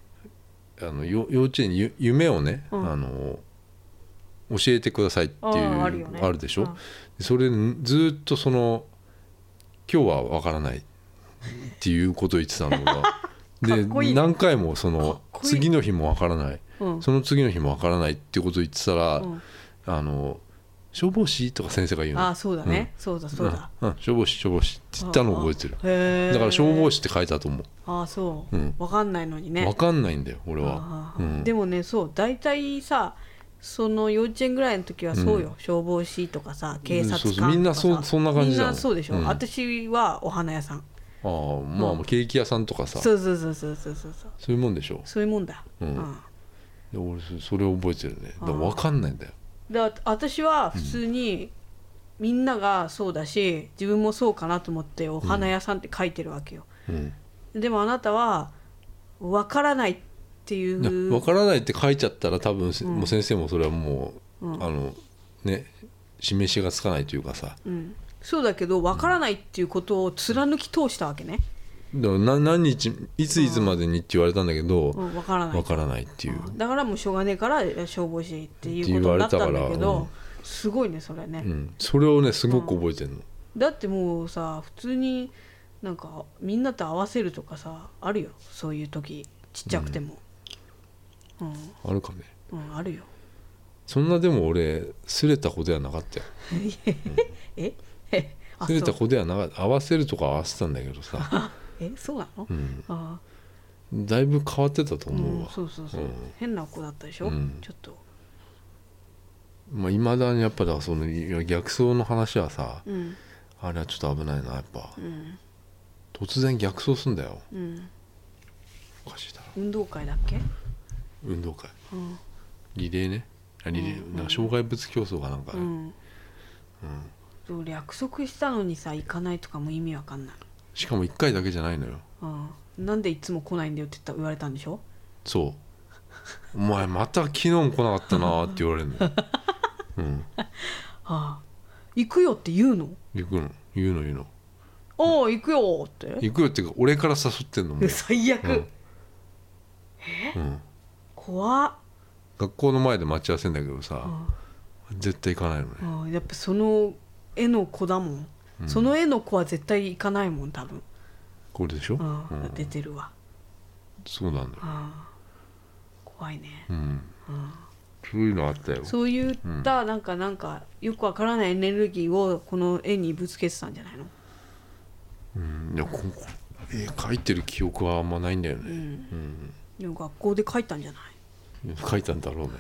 Speaker 2: あのよ幼稚園にゆ夢をね、
Speaker 1: うん
Speaker 2: あの教えてくださいっていう
Speaker 1: あーあるよね
Speaker 2: あるでしょ、
Speaker 1: うん
Speaker 2: それんずーっとその「今日はわからない」っていうことを言ってたの が
Speaker 1: か
Speaker 2: で
Speaker 1: っこいいね
Speaker 2: 何回もその
Speaker 1: こいい
Speaker 2: 次の日もわからない
Speaker 1: うん
Speaker 2: その次の日もわからないってことを言ってたら、
Speaker 1: うん
Speaker 2: あの消防士とか先生が言うの
Speaker 1: ああそうだね、そうだそうだ、
Speaker 2: うんうん消防士消防士って言ったのを覚えてる
Speaker 1: へえ
Speaker 2: だから消防
Speaker 1: 士
Speaker 2: 士って書いたと思う
Speaker 1: ああそう、
Speaker 2: うん
Speaker 1: 分かんないのにね
Speaker 2: わかんないんだよ俺は
Speaker 1: あ、
Speaker 2: う
Speaker 1: あ
Speaker 2: ん、
Speaker 1: でもねそう大体さその幼稚園ぐらいの時はそうよ、消防士とかさ警察
Speaker 2: そう
Speaker 1: 官とか
Speaker 2: そ
Speaker 1: さ
Speaker 2: うみんなそうそんな感じだ
Speaker 1: みんなそうでしょ、
Speaker 2: うん
Speaker 1: 私はお花屋さん
Speaker 2: ああまあケーキ屋さんとかさ
Speaker 1: そうそうそうそうそうそうそう
Speaker 2: そういうもんでしょ
Speaker 1: そういうもんだ、
Speaker 2: うん
Speaker 1: うん
Speaker 2: で俺そそれを覚えてるねだからわかんないんだよ
Speaker 1: だから私は普通に、みんながそうだし自分もそうかなと思ってお花屋さんって書いてるわけよ、
Speaker 2: うん
Speaker 1: でもあなたは分からないってい
Speaker 2: いや
Speaker 1: う
Speaker 2: 分からないって書いちゃったら多分せ、
Speaker 1: ん
Speaker 2: もう先生もそれはもう、
Speaker 1: うん
Speaker 2: あのね示しがつかないというかさ
Speaker 1: うん、そうだけど分からないっていうことを貫き通したわけね、
Speaker 2: でもな何日いついつまでにって言われたんだけど、
Speaker 1: うん、分からない
Speaker 2: 分からないっていう、
Speaker 1: だからもうしょうがねえから消防士っていうことになったんだ
Speaker 2: って
Speaker 1: け
Speaker 2: 言われたからう
Speaker 1: ど
Speaker 2: ん
Speaker 1: すごいねそれね、
Speaker 2: うん、それをねすごく覚えてるの、
Speaker 1: だってもうさ普通になんかみんなと合わせるとかさあるよそういう時ちっちゃくてもうん、
Speaker 2: あるかね
Speaker 1: うんあるよ
Speaker 2: そんなでも俺すれた子ではなかったよ
Speaker 1: ええあ
Speaker 2: す
Speaker 1: そう
Speaker 2: れた子ではなかった合わせるとか合わせたんだけどさ、
Speaker 1: えそうなの、
Speaker 2: うん、
Speaker 1: あ
Speaker 2: だいぶ変わってたと
Speaker 1: あ、
Speaker 2: 思う
Speaker 1: うん
Speaker 2: わ、
Speaker 1: そうそうそう、
Speaker 2: うん
Speaker 1: 変な子だったでしょ、
Speaker 2: うん
Speaker 1: ちょっと
Speaker 2: まあ、未だにやっぱだからそのいや逆走の話はさ
Speaker 1: うん
Speaker 2: あれはちょっと危ないなやっぱ
Speaker 1: うん
Speaker 2: 突然逆走すんだよ
Speaker 1: うん
Speaker 2: おかしいだろ
Speaker 1: 運動会だっけ、
Speaker 2: 運動会
Speaker 1: うん
Speaker 2: リレーねあリレー、なんか障害物競争かなんか、
Speaker 1: う
Speaker 2: ね
Speaker 1: んそう約束したのにさ行かないとかも意味わかんない、
Speaker 2: しかも1回だけじゃないのよ
Speaker 1: うん、なんでいつも来ないんだよって言った言われたんでしょ
Speaker 2: そう「お前また昨日も来なかったな」って言われ るのよ、うん、
Speaker 1: ああ行くよって言うの
Speaker 2: 行くの言うの言うの
Speaker 1: ああ行くよって
Speaker 2: 行くよっていうか俺から誘ってんのもう、
Speaker 1: 最悪、
Speaker 2: うんうん、
Speaker 1: 怖っ、
Speaker 2: 学校の前で待ち合わせんだけど
Speaker 1: う
Speaker 2: さ、
Speaker 1: ん
Speaker 2: 絶対行かないのね
Speaker 1: うん、やっぱその絵の子だもん、
Speaker 2: うん
Speaker 1: その絵の子は絶対行かないもん多分、
Speaker 2: これでしょ、
Speaker 1: うん
Speaker 2: うん
Speaker 1: 出てるわ、
Speaker 2: そうなんだよ
Speaker 1: う、ん、怖いね
Speaker 2: うん、そういうのあったよ
Speaker 1: そういったなんかなんかよくわからないエネルギーをこの絵にぶつけてたんじゃないの、
Speaker 2: うん、いやここ絵描いてる記憶はあんまないんだよ
Speaker 1: う
Speaker 2: ね、
Speaker 1: ん、
Speaker 2: うん、
Speaker 1: でも学校で描いたんじゃない
Speaker 2: 描いたんだろうね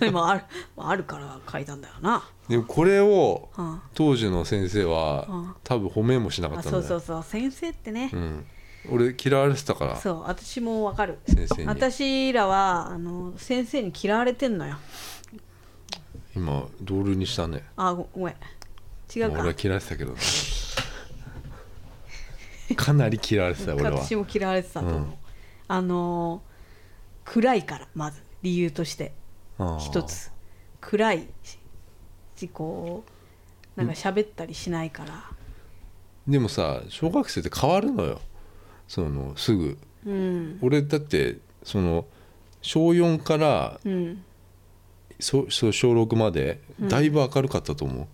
Speaker 1: でもあるまああるから書いたんだよな。
Speaker 2: でもこれを
Speaker 1: うん
Speaker 2: 当時の先生は、
Speaker 1: うん
Speaker 2: 多分褒めもしなか
Speaker 1: あ
Speaker 2: ったんだ
Speaker 1: そ
Speaker 2: よ
Speaker 1: うそうそう先生ってね、
Speaker 2: うん、俺嫌われてたから
Speaker 1: そう私もわかる
Speaker 2: 先生に
Speaker 1: 私らはあの先生に嫌われてんのよ
Speaker 2: 今同類にしたね
Speaker 1: あごごめん違
Speaker 2: まあ
Speaker 1: う
Speaker 2: 俺
Speaker 1: か
Speaker 2: は嫌われてたけどねかなり嫌われてた俺は
Speaker 1: 私も嫌われてたと思う、
Speaker 2: うん
Speaker 1: あの暗いからまず理由として
Speaker 2: ああ
Speaker 1: 一つ暗いしこうなんか喋ったりしないから、
Speaker 2: でもさ小学生って変わるのよそのすぐ
Speaker 1: うん
Speaker 2: 俺だってその小4から
Speaker 1: うん
Speaker 2: そそう小6までだいぶ明るかったと思う、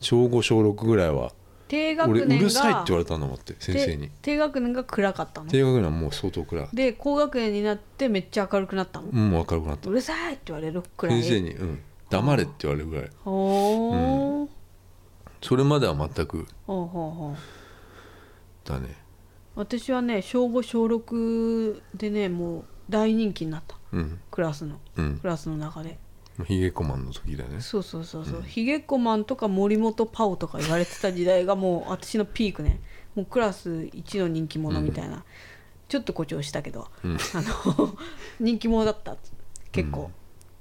Speaker 2: 小5小6ぐらいは
Speaker 1: 低学
Speaker 2: 俺
Speaker 1: 年が
Speaker 2: うるさいって言われたんだもんって先生に
Speaker 1: で低学年が暗かったの
Speaker 2: 低学年はもう相当暗い
Speaker 1: で高学年になってめっちゃ明るくなったの、う
Speaker 2: もう明るくなった
Speaker 1: るさいって言われるくらい
Speaker 2: 先生に、うん、黙れって言われるぐらい
Speaker 1: ほー、
Speaker 2: それまでは全く
Speaker 1: ほうほうほう
Speaker 2: だね
Speaker 1: 私はね小5小6でねもう大人気になった
Speaker 2: うん
Speaker 1: クラスの
Speaker 2: うん
Speaker 1: クラスの中で
Speaker 2: ヒゲコマンの時だね
Speaker 1: そうそうそうそう、ヒゲコマンとか森本パオとか言われてた時代がもう私のピークねもうクラス一の人気者みたいな、ちょっと誇張したけど、
Speaker 2: うん
Speaker 1: あの人気者だった結構、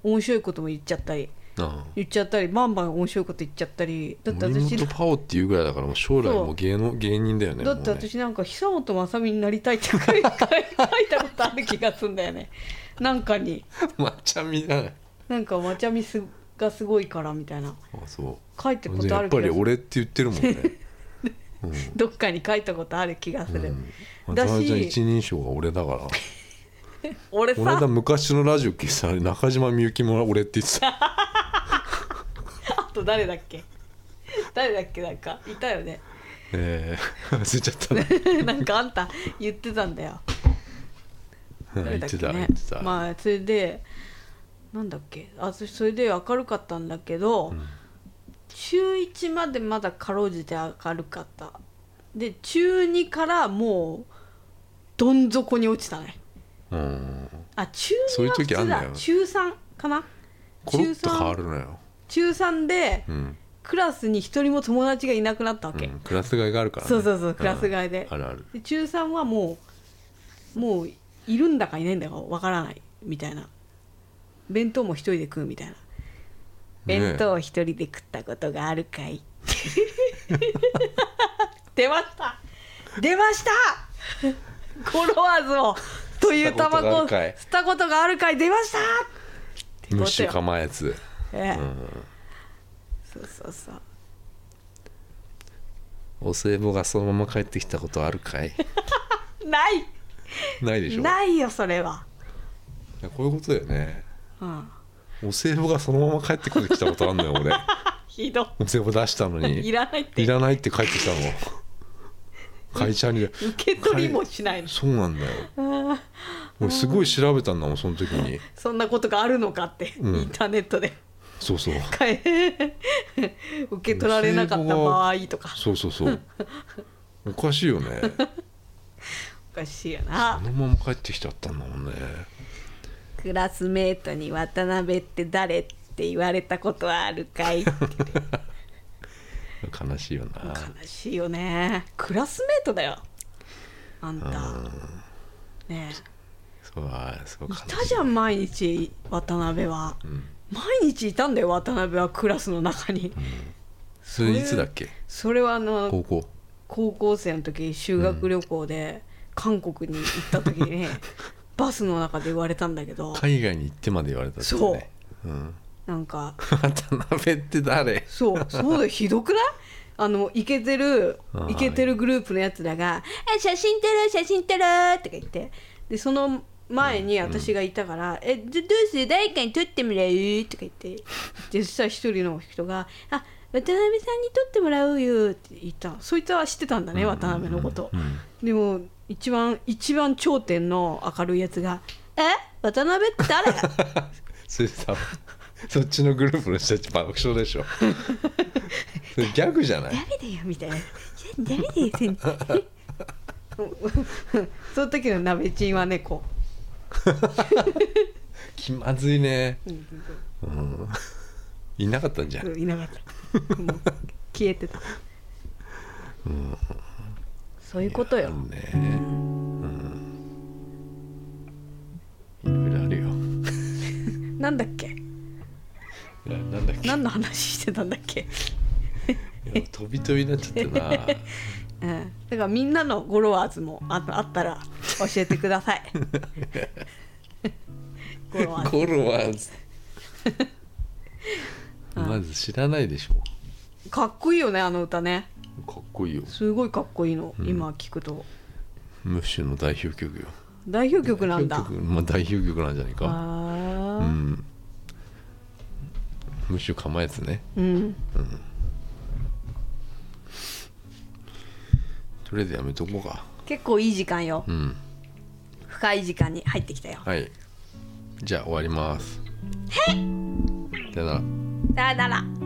Speaker 1: 面白いことも言っちゃったり
Speaker 2: あ
Speaker 1: 言っちゃったりバンバン面白いこと言っちゃったりだ
Speaker 2: あ
Speaker 1: って
Speaker 2: 森
Speaker 1: 私
Speaker 2: 本パオっていうぐらいだからもう将来
Speaker 1: そう
Speaker 2: もう芸能芸人だよね
Speaker 1: だって
Speaker 2: もうね
Speaker 1: 私なんか久本雅美になりたいって書い書いたことある気がするんだよねなんかに
Speaker 2: まっちゃんみたいな
Speaker 1: なんかまちゃみすがすごいからみたいな
Speaker 2: あそ
Speaker 1: 書いたこ
Speaker 2: う
Speaker 1: とあ
Speaker 2: やっ
Speaker 1: る気
Speaker 2: ぱ
Speaker 1: が
Speaker 2: り
Speaker 1: する
Speaker 2: 俺って言ってるも んねうん
Speaker 1: どっかに書いたことある気がする、
Speaker 2: うん、
Speaker 1: だ
Speaker 2: 渡
Speaker 1: し
Speaker 2: 辺ちゃん一人称が俺だから
Speaker 1: 俺
Speaker 2: この間
Speaker 1: さ
Speaker 2: 昔のラジオ聞いてたら中島みゆきも俺って言って た
Speaker 1: あと誰だっけ誰だっけなんかいたよね
Speaker 2: えー、忘れちゃったね
Speaker 1: なんかあんた言ってたんだよ
Speaker 2: うん
Speaker 1: 誰
Speaker 2: 言
Speaker 1: だ
Speaker 2: っ
Speaker 1: ってけ
Speaker 2: た言
Speaker 1: ね
Speaker 2: ってた、
Speaker 1: まあそれでなんだっけあそそれで明るかったんだけど、
Speaker 2: ん
Speaker 1: 中1までまだかろうじて明るかったで中2からもうどん底に落ちたね
Speaker 2: うん
Speaker 1: あ中2
Speaker 2: そういう
Speaker 1: は普
Speaker 2: 時あ
Speaker 1: 通
Speaker 2: んだ
Speaker 1: だ
Speaker 2: よ
Speaker 1: 中3かな
Speaker 2: コロッと変わるのよ、
Speaker 1: 中3で
Speaker 2: うん
Speaker 1: クラスに一人も友達がいなくなったわ
Speaker 2: う
Speaker 1: け、
Speaker 2: ん、クラス替えがあるから、ね、
Speaker 1: そうそうそうクラス替えで
Speaker 2: うんあるある
Speaker 1: で中3はもうもういるんだかいないんだかわからないみたいな弁当も一人で食うみたいな
Speaker 2: ねえ
Speaker 1: 弁当を一人で食ったことがあるかい、 出ました出ましたゴロワーズをというタバコを
Speaker 2: 吸ったことがあるか
Speaker 1: 吸ったことがあるか
Speaker 2: い
Speaker 1: い出ましたって
Speaker 2: ム
Speaker 1: こ
Speaker 2: ッ
Speaker 1: と
Speaker 2: シュ
Speaker 1: よ、
Speaker 2: 構えず、
Speaker 1: ええ
Speaker 2: うん、
Speaker 1: そうそうそう
Speaker 2: お歳暮がそのまま帰ってきたことあるかい
Speaker 1: ない
Speaker 2: ないでしょ
Speaker 1: ないよそれは、
Speaker 2: いやこういうことだよね
Speaker 1: うん、
Speaker 2: お歳暮がそのまま帰ってきたことあんのよ 俺
Speaker 1: ひど
Speaker 2: お歳暮出したのに
Speaker 1: いいらないって
Speaker 2: いらないって帰ってきたの会社に
Speaker 1: 受け取りもしないの
Speaker 2: そうなんだよ俺すごい調べたんだもんその時に
Speaker 1: そんなことがあるのかって、
Speaker 2: うん
Speaker 1: インターネットで
Speaker 2: そうそう
Speaker 1: かえ受け取られなかった場合とか
Speaker 2: そうそうそうおかしいよね
Speaker 1: おかしいよ
Speaker 2: あ
Speaker 1: な
Speaker 2: のまま帰ってきちゃったんだもんね
Speaker 1: クラスメートに「渡辺って誰?」って言われたことはあるかい
Speaker 2: 悲しいよな
Speaker 1: 悲しいよねクラスメートだよあんたねえ
Speaker 2: そうあーそう悲し
Speaker 1: いたじゃん毎日渡辺は、毎日いたんだよ渡辺はクラスの中に、
Speaker 2: それいつだっけ
Speaker 1: それはあの
Speaker 2: 高校
Speaker 1: 高校生の時修学旅行で韓国に行った時にね、バスの中で言われたんだけど
Speaker 2: 海外に行ってまで言われたってねうん
Speaker 1: なんか
Speaker 2: 渡辺って誰
Speaker 1: そうそうだよひどくないあのイケてる
Speaker 2: あー
Speaker 1: イケてるグループのやつらが「え写真撮る写真撮る」とか言ってでその前に私がいたから「えどどうする誰かに撮ってもらう?」とか言ってでそしたら一人の人が「あ渡辺さんに撮ってもらうよ」って言ったのそいつは知ってたんだね渡辺のこと。でも一番一番頂点の明るいやつが「え渡辺って誰?」
Speaker 2: それさそっちのグループの人たち爆笑 でしょそれギャグじゃない
Speaker 1: 誰だよみたいな「誰だよ先生」 その時の鍋ちんはねこ
Speaker 2: 気まずいね
Speaker 1: う、うん
Speaker 2: うん、いなかったんじゃん
Speaker 1: いなかったもう消えてた、そういうことよ
Speaker 2: ねうんいろいろあるよ
Speaker 1: なんだっけ
Speaker 2: いやなんだっけ
Speaker 1: 何の話してたんだっけ、
Speaker 2: いや飛び飛びになっちゃったな
Speaker 1: うん、だからみんなのゴロワーズもああったら教えてくださ いゴロワーズ
Speaker 2: ゴロワ ーズまず知らないでしょ
Speaker 1: かっこいいよねあの歌ね
Speaker 2: かっこいいよ
Speaker 1: すごいかっこいいの、今聞くと
Speaker 2: ムッシュの代表曲よ
Speaker 1: 代表曲なんだ
Speaker 2: 代表曲まあ、代表曲なんじゃないか
Speaker 1: あ
Speaker 2: う
Speaker 1: あ
Speaker 2: んムッシュ構えずね
Speaker 1: うん
Speaker 2: とりあえずやめとこうか
Speaker 1: 結構いい時間よ
Speaker 2: うん
Speaker 1: 深い時間に入ってきたよ
Speaker 2: はいじゃあ終わりますさよなら
Speaker 1: さよなら